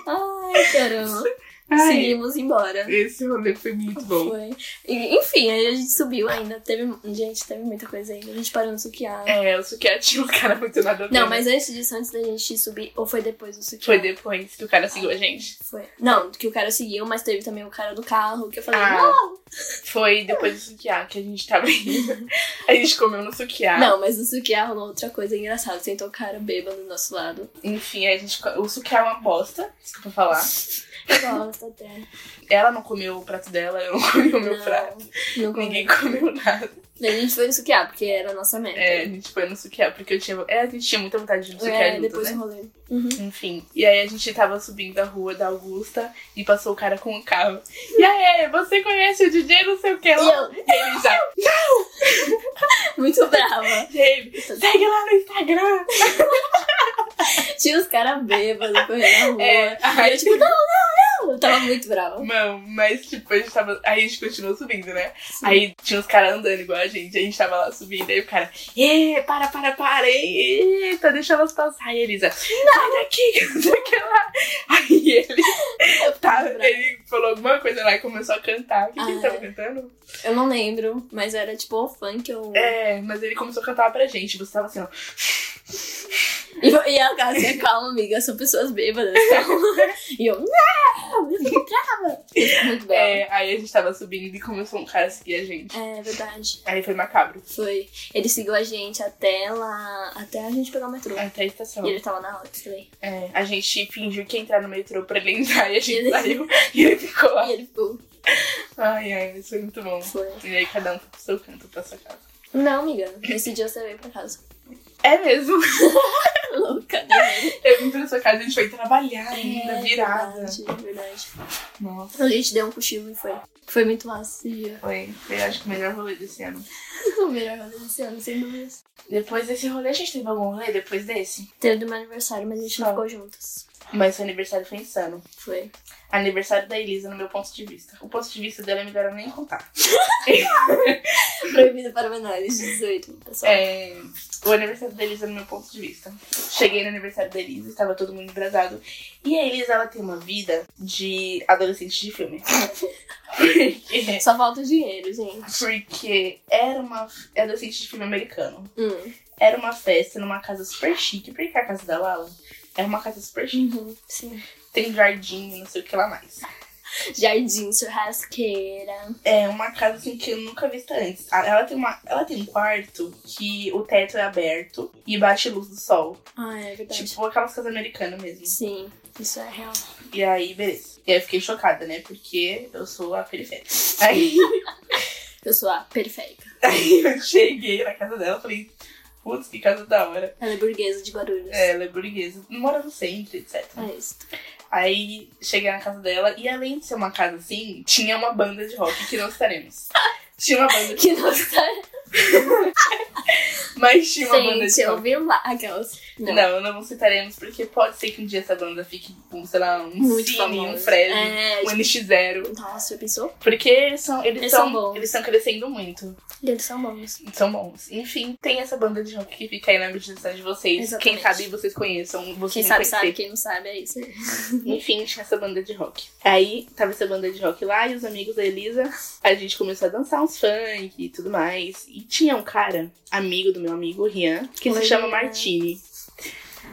Speaker 2: Ai, caramba.
Speaker 1: Ai,
Speaker 2: Seguimos embora.
Speaker 1: esse rolê foi muito bom.
Speaker 2: Foi. E, enfim, aí a gente subiu ainda. Teve, gente, teve muita coisa ainda. A gente parou no suquiá.
Speaker 1: É, o Sukiá tinha um cara muito nada a ver.
Speaker 2: Não, mas antes disso, antes da gente subir, ou foi depois do suquiá?
Speaker 1: Foi depois que o cara seguiu a gente.
Speaker 2: Foi. Não, que o cara seguiu, mas teve também o cara do carro, que eu falei,
Speaker 1: Ah.
Speaker 2: não!
Speaker 1: Foi depois do Sukiá que a gente tava indo. A gente comeu no Sukiá.
Speaker 2: Não, mas no suquiá rolou outra coisa engraçada. Sentou o cara bêbado do nosso lado.
Speaker 1: Enfim, a gente. co- O Sukiá é uma bosta, desculpa falar.
Speaker 2: Eu gosto até.
Speaker 1: Ela não comeu o prato dela, eu não comi o meu
Speaker 2: não,
Speaker 1: prato.
Speaker 2: Não comi.
Speaker 1: Ninguém comeu nada.
Speaker 2: A gente foi no suquiá, porque era a nossa meta.
Speaker 1: É, a gente foi no suquiá, porque eu tinha. É, a gente tinha muita vontade de ir no suquiá
Speaker 2: É,
Speaker 1: junto,
Speaker 2: depois
Speaker 1: né?
Speaker 2: do rolê. Uhum.
Speaker 1: Enfim. E aí a gente tava subindo a rua da Augusta e passou o cara com o carro. E aí, você conhece o DJ não sei o que
Speaker 2: E
Speaker 1: lá?
Speaker 2: eu,
Speaker 1: Ele já.
Speaker 2: muito brava.
Speaker 1: Ele, segue lá no Instagram.
Speaker 2: Tinha os caras bêbados correndo na rua.
Speaker 1: É, Tá,
Speaker 2: E eu, tipo, não, não, não. Eu tava muito brava.
Speaker 1: Não, mas tipo, a gente tava. Aí a gente continuou subindo, né? Aí tinha uns caras andando igual a gente, a gente tava lá subindo, aí o cara, ê, para, para, para, ê, eita, deixa elas passar. Aí a Elisa, sai daqui, que não sei o que lá. Aí ele, tá, ele falou alguma coisa lá e começou a cantar. O que, que ele
Speaker 2: Ah,
Speaker 1: tava
Speaker 2: é.
Speaker 1: cantando?
Speaker 2: Eu não lembro, mas era tipo ou funk ou.
Speaker 1: É, mas ele começou a cantar pra gente, você tava assim, ó.
Speaker 2: E, eu- e a Cássia, assim, calma, amiga, são pessoas bêbadas. calma. E eu, não, eu fiquei brava. Muito brava. É.
Speaker 1: É, aí a gente tava subindo e começou um cara a seguir a gente.
Speaker 2: verdade.
Speaker 1: Aí foi macabro.
Speaker 2: Foi. Ele seguiu a gente até lá. Até a gente pegar o metrô.
Speaker 1: Até a estação.
Speaker 2: E ele tava na hora também.
Speaker 1: É, a gente fingiu que ia entrar no metrô pra ele entrar e a gente
Speaker 2: Ele-
Speaker 1: saiu e ele ficou lá.
Speaker 2: E ele ficou.
Speaker 1: Ai, ai, isso foi muito bom.
Speaker 2: Foi.
Speaker 1: E aí cada um foi pro seu canto, pra sua casa.
Speaker 2: Não, amiga. Nesse dia você veio pra casa.
Speaker 1: É mesmo?
Speaker 2: louca, né?
Speaker 1: Eu vim pra sua casa, a gente foi trabalhar ainda, É, virada.
Speaker 2: É Verdade, é verdade.
Speaker 1: Nossa.
Speaker 2: A gente deu um cochilo e foi. Foi muito massa esse dia.
Speaker 1: Foi, foi acho que o melhor rolê desse ano.
Speaker 2: O melhor rolê desse ano, sem dúvidas.
Speaker 1: Depois desse rolê, a gente teve algum rolê depois desse?
Speaker 2: Teve do meu aniversário, mas a gente
Speaker 1: Tá.
Speaker 2: não ficou juntas.
Speaker 1: Mas seu aniversário foi insano.
Speaker 2: Foi.
Speaker 1: Aniversário da Elisa, no meu ponto de vista. O ponto de vista dela é melhor eu nem contar.
Speaker 2: Proibido para menores de tá 18, pessoal.
Speaker 1: É, o aniversário da Elisa, no meu ponto de vista. Cheguei no aniversário da Elisa, estava todo mundo embrasado. E a Elisa, ela tem uma vida de adolescente de filme. Porque-
Speaker 2: Só falta o dinheiro, gente.
Speaker 1: Porque era uma é adolescente de filme americano.
Speaker 2: Hum.
Speaker 1: Era uma festa numa casa super chique, porque a casa da Lala é uma casa super chique.
Speaker 2: Uhum, Sim.
Speaker 1: Tem jardim, não sei o que lá mais.
Speaker 2: Jardim, churrasqueira.
Speaker 1: É uma casa assim que eu nunca vi antes. Ah, Ela tem, uma, ela tem um quarto que o teto é aberto e baixa a luz do sol.
Speaker 2: Ah, é verdade.
Speaker 1: Tipo aquelas casas americanas mesmo.
Speaker 2: Sim, isso é real.
Speaker 1: E aí, beleza. E aí eu fiquei chocada, né? Porque eu sou a periférica. Aí,
Speaker 2: Eu sou a periférica.
Speaker 1: aí eu cheguei na casa dela e falei, putz, que casa da hora.
Speaker 2: Ela é burguesa de Guarulhos.
Speaker 1: É, Ela é burguesa, mora no centro, etc.
Speaker 2: É isso.
Speaker 1: Aí cheguei na casa dela e além de ser uma casa assim, tinha uma banda de rock que não estaremos. Tinha uma banda,
Speaker 2: Que não está.
Speaker 1: mas tinha uma banda
Speaker 2: Gente,
Speaker 1: de
Speaker 2: eu
Speaker 1: rock.
Speaker 2: vi lá aquelas.
Speaker 1: Não.
Speaker 2: Não.
Speaker 1: não, citaremos, porque pode ser que um dia essa banda fique, um, sei lá, um
Speaker 2: Muito
Speaker 1: Cine,
Speaker 2: famosa.
Speaker 1: um Fresno,
Speaker 2: É,
Speaker 1: um NX0.
Speaker 2: Nossa, já pensou?
Speaker 1: Porque eles são, eles
Speaker 2: Eles
Speaker 1: são,
Speaker 2: são bons.
Speaker 1: eles estão crescendo muito.
Speaker 2: Eles são bons.
Speaker 1: São bons. Enfim, tem essa banda de rock que fica aí na meditação de vocês. Quem
Speaker 2: Exatamente.
Speaker 1: sabe vocês conheçam,
Speaker 2: Quem
Speaker 1: vocês
Speaker 2: sabe
Speaker 1: não
Speaker 2: sabe,
Speaker 1: conhecer.
Speaker 2: quem não sabe é isso.
Speaker 1: Enfim, tinha essa banda de rock. Aí tava essa banda de rock lá e os amigos da Elisa, a gente começou a dançar uns funk e tudo mais. E tinha um cara, amigo do meu amigo Rian, que
Speaker 2: Oi,
Speaker 1: se chama
Speaker 2: Rian.
Speaker 1: Martini.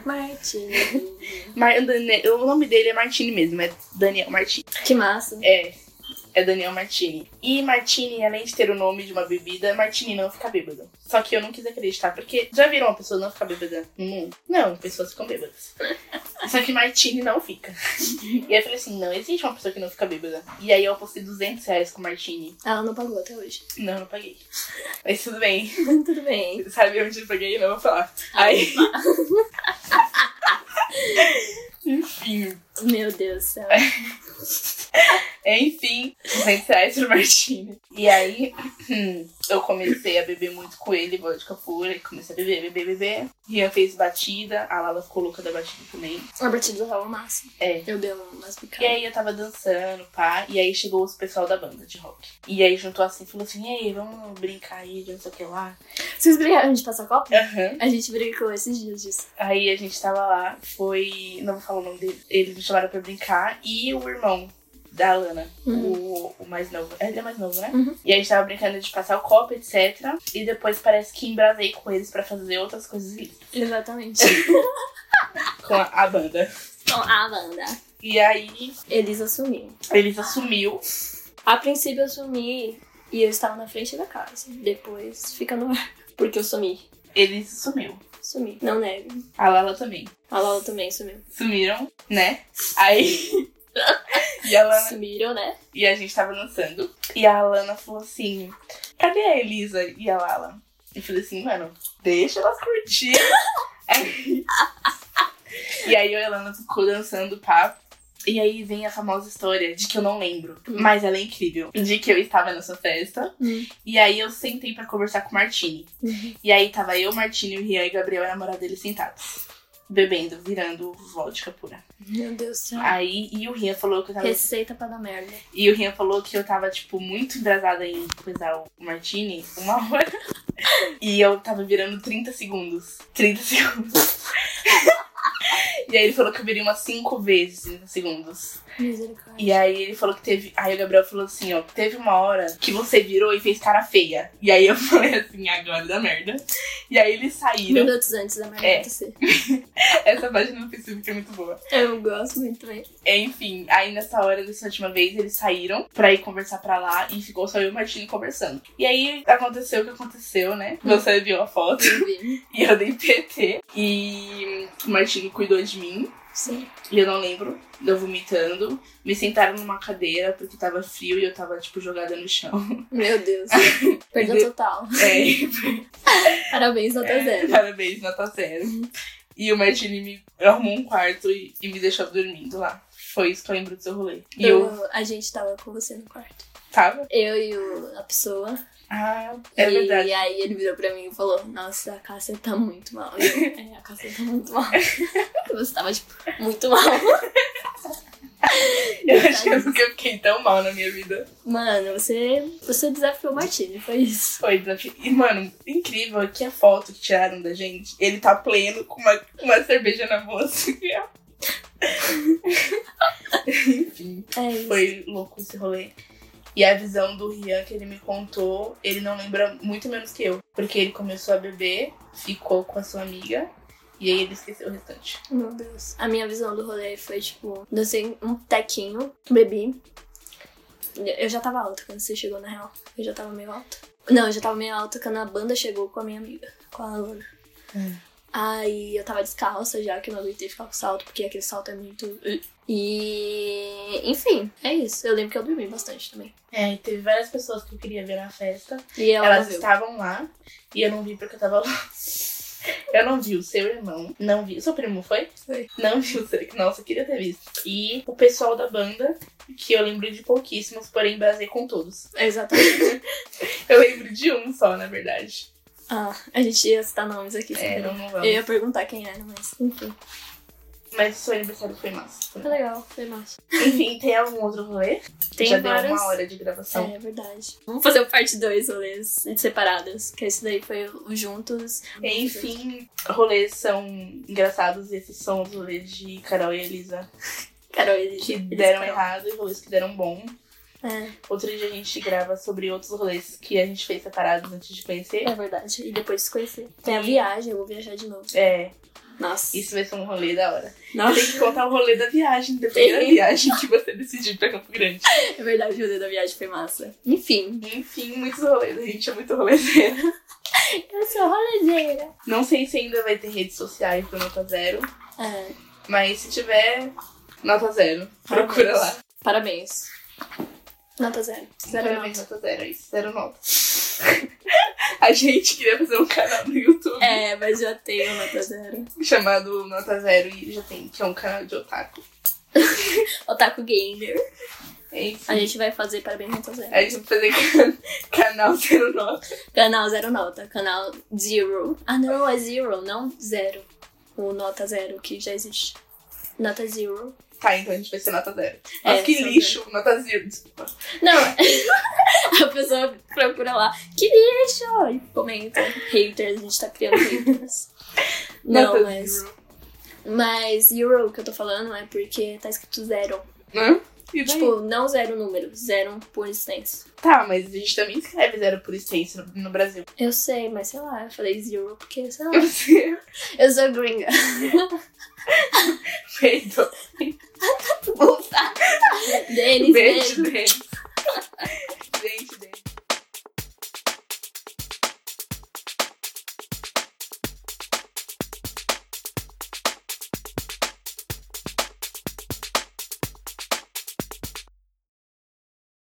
Speaker 2: Martinho.
Speaker 1: Mar- Dan- o nome dele é Martini mesmo, é Daniel Martini.
Speaker 2: que massa.
Speaker 1: É. É Daniel Martini. E Martini, além de ter o nome de uma bebida, Martini não fica bêbado. Só que eu não quis acreditar, porque já viram uma pessoa não ficar bêbada no mundo? Não, pessoas ficam bêbadas. Só que Martini não fica. E aí eu falei assim: não existe uma pessoa que não fica bêbada. E aí eu apostei 200 reais com Martini.
Speaker 2: Ela não pagou até hoje.
Speaker 1: Não, não paguei. Mas tudo bem.
Speaker 2: Tudo bem.
Speaker 1: Sabe onde eu paguei? Não vou falar. Aí. Enfim.
Speaker 2: Meu Deus do céu.
Speaker 1: Enfim, 200 reais pro Martini. E aí, hum, eu comecei a beber muito com ele, vodka pura, e comecei a beber, beber, beber. Rian fez batida, a Lala ficou louca da batida também.
Speaker 2: A batida do Raul Massa.
Speaker 1: É.
Speaker 2: Eu dei umas
Speaker 1: E
Speaker 2: picadas.
Speaker 1: aí eu tava dançando, pá, e aí chegou os pessoal da banda de rock. E aí juntou assim, falou assim, ei, vamos brincar aí, de não sei o que lá.
Speaker 2: Vocês brigaram de passar copo?
Speaker 1: Aham.
Speaker 2: A gente brincou esses dias disso.
Speaker 1: Aí a gente tava lá, foi. Não vou falar o nome dele. Eles me chamaram pra brincar. E o irmão da Alana, o, o mais novo. Ele é mais novo, né?
Speaker 2: Uhum.
Speaker 1: E a gente tava brincando de passar o copo, etc. E depois parece que embrasei com eles pra fazer outras coisas ali,
Speaker 2: Exatamente.
Speaker 1: com a, a banda.
Speaker 2: então, a Amanda.
Speaker 1: E aí
Speaker 2: Eles assumiram.
Speaker 1: eles assumiu.
Speaker 2: A princípio eu sumi e eu estava na frente da casa. Depois fica no ar. Porque eu sumi.
Speaker 1: Eles sumiu.
Speaker 2: Sumi. Não nego.
Speaker 1: A Lala também.
Speaker 2: A Lola também sumiu.
Speaker 1: Sumiram, né? Aí. e a Alana
Speaker 2: Sumiram, né?
Speaker 1: E a gente tava dançando. E a Alana falou assim: cadê a Elisa e a Lala? Eu falei assim, mano, deixa elas curtir. Aí- e aí eu e a Alana ficou dançando papo. E aí vem a famosa história de que eu não lembro,
Speaker 2: Hum.
Speaker 1: mas ela é incrível. De que eu estava nessa festa.
Speaker 2: Hum.
Speaker 1: E aí eu sentei pra conversar com o Martini. E aí tava eu, Martini, o Rian e o Gabriel, a namorada dele, sentados. Bebendo, virando vodka pura.
Speaker 2: Meu Deus do céu.
Speaker 1: Aí, e o Rian falou que eu tava
Speaker 2: Receita pra dar merda.
Speaker 1: e o Rian falou que eu tava, tipo, muito embrasada em coisar o Martini uma hora. E eu tava virando 30 segundos. 30 segundos. E aí ele falou que eu virei umas 5 vezes 30 segundos.
Speaker 2: Misericórdia.
Speaker 1: E aí ele falou que teve. Aí o Gabriel falou assim, ó, teve uma hora que você virou e fez cara feia. E aí eu falei assim, agora da merda. E aí eles saíram.
Speaker 2: Minutos antes da merda
Speaker 1: É.
Speaker 2: acontecer.
Speaker 1: Essa página no Facebook é muito boa.
Speaker 2: Eu gosto muito bem.
Speaker 1: É, Enfim, aí nessa hora, dessa última vez, eles saíram pra ir conversar pra lá e ficou só eu e o Martini conversando. E aí aconteceu o que aconteceu, né? Você viu a foto e eu dei PT. E o Martini cuidou de mim.
Speaker 2: Sim.
Speaker 1: E eu não lembro, eu vomitando. Me sentaram numa cadeira porque tava frio e eu tava, tipo, jogada no chão.
Speaker 2: Meu Deus. Perda total.
Speaker 1: É, tá
Speaker 2: Parabéns, nota zero.
Speaker 1: parabéns, nota tá zero. E o Martini me arrumou um quarto e, e me deixou dormindo lá. Foi isso que eu lembro do seu rolê. E eu
Speaker 2: Eu- Então, a gente tava com você no quarto.
Speaker 1: tava.
Speaker 2: Eu e o- a pessoa.
Speaker 1: Ah, é
Speaker 2: e
Speaker 1: verdade.
Speaker 2: aí ele virou pra mim e falou: Nossa, a Cássia tá muito mal. E eu, é, a Cássia tá muito mal. você tava, tipo, muito mal.
Speaker 1: Eu acho que é eu nunca fiquei tão mal na minha vida.
Speaker 2: Mano, você, você desafiou o Martini, foi isso.
Speaker 1: Foi desafio. E, mano, incrível aqui a foto que tiraram da gente. Ele tá pleno com uma, com uma cerveja na mão assim. Enfim,
Speaker 2: É isso.
Speaker 1: foi louco esse rolê. E a visão do Rian que ele me contou, ele não lembra muito menos que eu. Porque ele começou a beber, ficou com a sua amiga, e aí ele esqueceu o restante.
Speaker 2: Meu Deus. A minha visão do rolê foi, tipo, dancei um tequinho, bebi. Eu já tava alta quando você chegou, na real. Eu já tava meio alta. Não, eu já tava meio alta quando a banda chegou com a minha amiga, com a Luna.
Speaker 1: Hum.
Speaker 2: Aí eu tava descalça já, que eu não aguentei ficar com salto, porque aquele salto é muito. E. Enfim, é isso. Eu lembro que eu dormi bastante também.
Speaker 1: É, e teve várias pessoas que eu queria ver na festa.
Speaker 2: E ela
Speaker 1: Elas
Speaker 2: viu.
Speaker 1: estavam lá e eu não vi porque eu tava lá. Eu não vi o seu irmão, não vi. Seu primo foi?
Speaker 2: Foi.
Speaker 1: Não vi o seu. Nossa, eu queria ter visto. E o pessoal da banda, que eu lembro de pouquíssimos, porém basei com todos.
Speaker 2: Exatamente.
Speaker 1: Eu lembro de um só, na verdade.
Speaker 2: ah, a gente ia citar nomes aqui.
Speaker 1: É,
Speaker 2: sabe?
Speaker 1: não, não
Speaker 2: eu
Speaker 1: vamos.
Speaker 2: ia perguntar quem era, mas enfim.
Speaker 1: Mas o seu aniversário foi massa.
Speaker 2: Foi legal, foi massa.
Speaker 1: Enfim, tem algum outro rolê?
Speaker 2: Tem
Speaker 1: Já
Speaker 2: várias...
Speaker 1: deu uma hora de gravação.
Speaker 2: É, é verdade. Vamos fazer o parte 2, rolês separados. Que esse daí foi o juntos.
Speaker 1: Enfim, rolês são engraçados. Esses são os rolês de Carol e Elisa
Speaker 2: Carol e
Speaker 1: que
Speaker 2: eles
Speaker 1: deram
Speaker 2: ficaram-
Speaker 1: errado e rolês que deram bom.
Speaker 2: É,
Speaker 1: Outro dia a gente grava sobre outros rolês que a gente fez separados antes de conhecer.
Speaker 2: é verdade. E depois se conhecer. Tem a viagem, eu vou viajar de novo.
Speaker 1: É,
Speaker 2: Nossa.
Speaker 1: isso vai ser um rolê da hora.
Speaker 2: Nossa.
Speaker 1: Tem que contar o rolê da viagem, depois da
Speaker 2: Tem.
Speaker 1: viagem que você decidiu pra Campo Grande.
Speaker 2: É verdade, o rolê da viagem foi massa. Enfim.
Speaker 1: Enfim, muitos rolês, a gente é muito rolezeira.
Speaker 2: Eu sou rolezeira.
Speaker 1: Não sei se ainda vai ter redes sociais do Nota Zero,
Speaker 2: É,
Speaker 1: mas se tiver, Nota Zero. Procura lá.
Speaker 2: parabéns. Nota zero. Zero
Speaker 1: Parabéns,
Speaker 2: nota.
Speaker 1: Nota Zero, é isso, zero nota. a gente queria fazer um canal no YouTube
Speaker 2: É, mas já tenho nota zero.
Speaker 1: É. chamado Nota Zero e já tem, que é um canal de otaku. É
Speaker 2: Otaku Gamer.
Speaker 1: Enfim.
Speaker 2: A gente vai fazer parabéns nota zero.
Speaker 1: A gente vai fazer can- canal zero nota.
Speaker 2: Canal zero nota, canal zero. Ah não, é zero, não zero. O nota zero que já existe. Nota zero.
Speaker 1: Tá, então a gente vai ser nota zero. Nossa,
Speaker 2: É,
Speaker 1: que
Speaker 2: são
Speaker 1: lixo, nota zero. desculpa.
Speaker 2: Não, a pessoa procura lá. Que lixo! E comenta. Haters, a gente tá criando haters. Não,
Speaker 1: Nota
Speaker 2: mas.
Speaker 1: zero.
Speaker 2: Mas zero que eu tô falando é porque tá escrito zero.
Speaker 1: Né? E daí?
Speaker 2: Tipo, não zero número, zero por existência.
Speaker 1: tá, mas a gente também escreve zero por extenso no, no Brasil.
Speaker 2: Eu sei, mas sei lá, eu falei zero porque, sei lá,
Speaker 1: Você é
Speaker 2: eu sou gringa.
Speaker 1: feito.
Speaker 2: Denis,
Speaker 1: Beijo,
Speaker 2: beijo.
Speaker 1: beijo.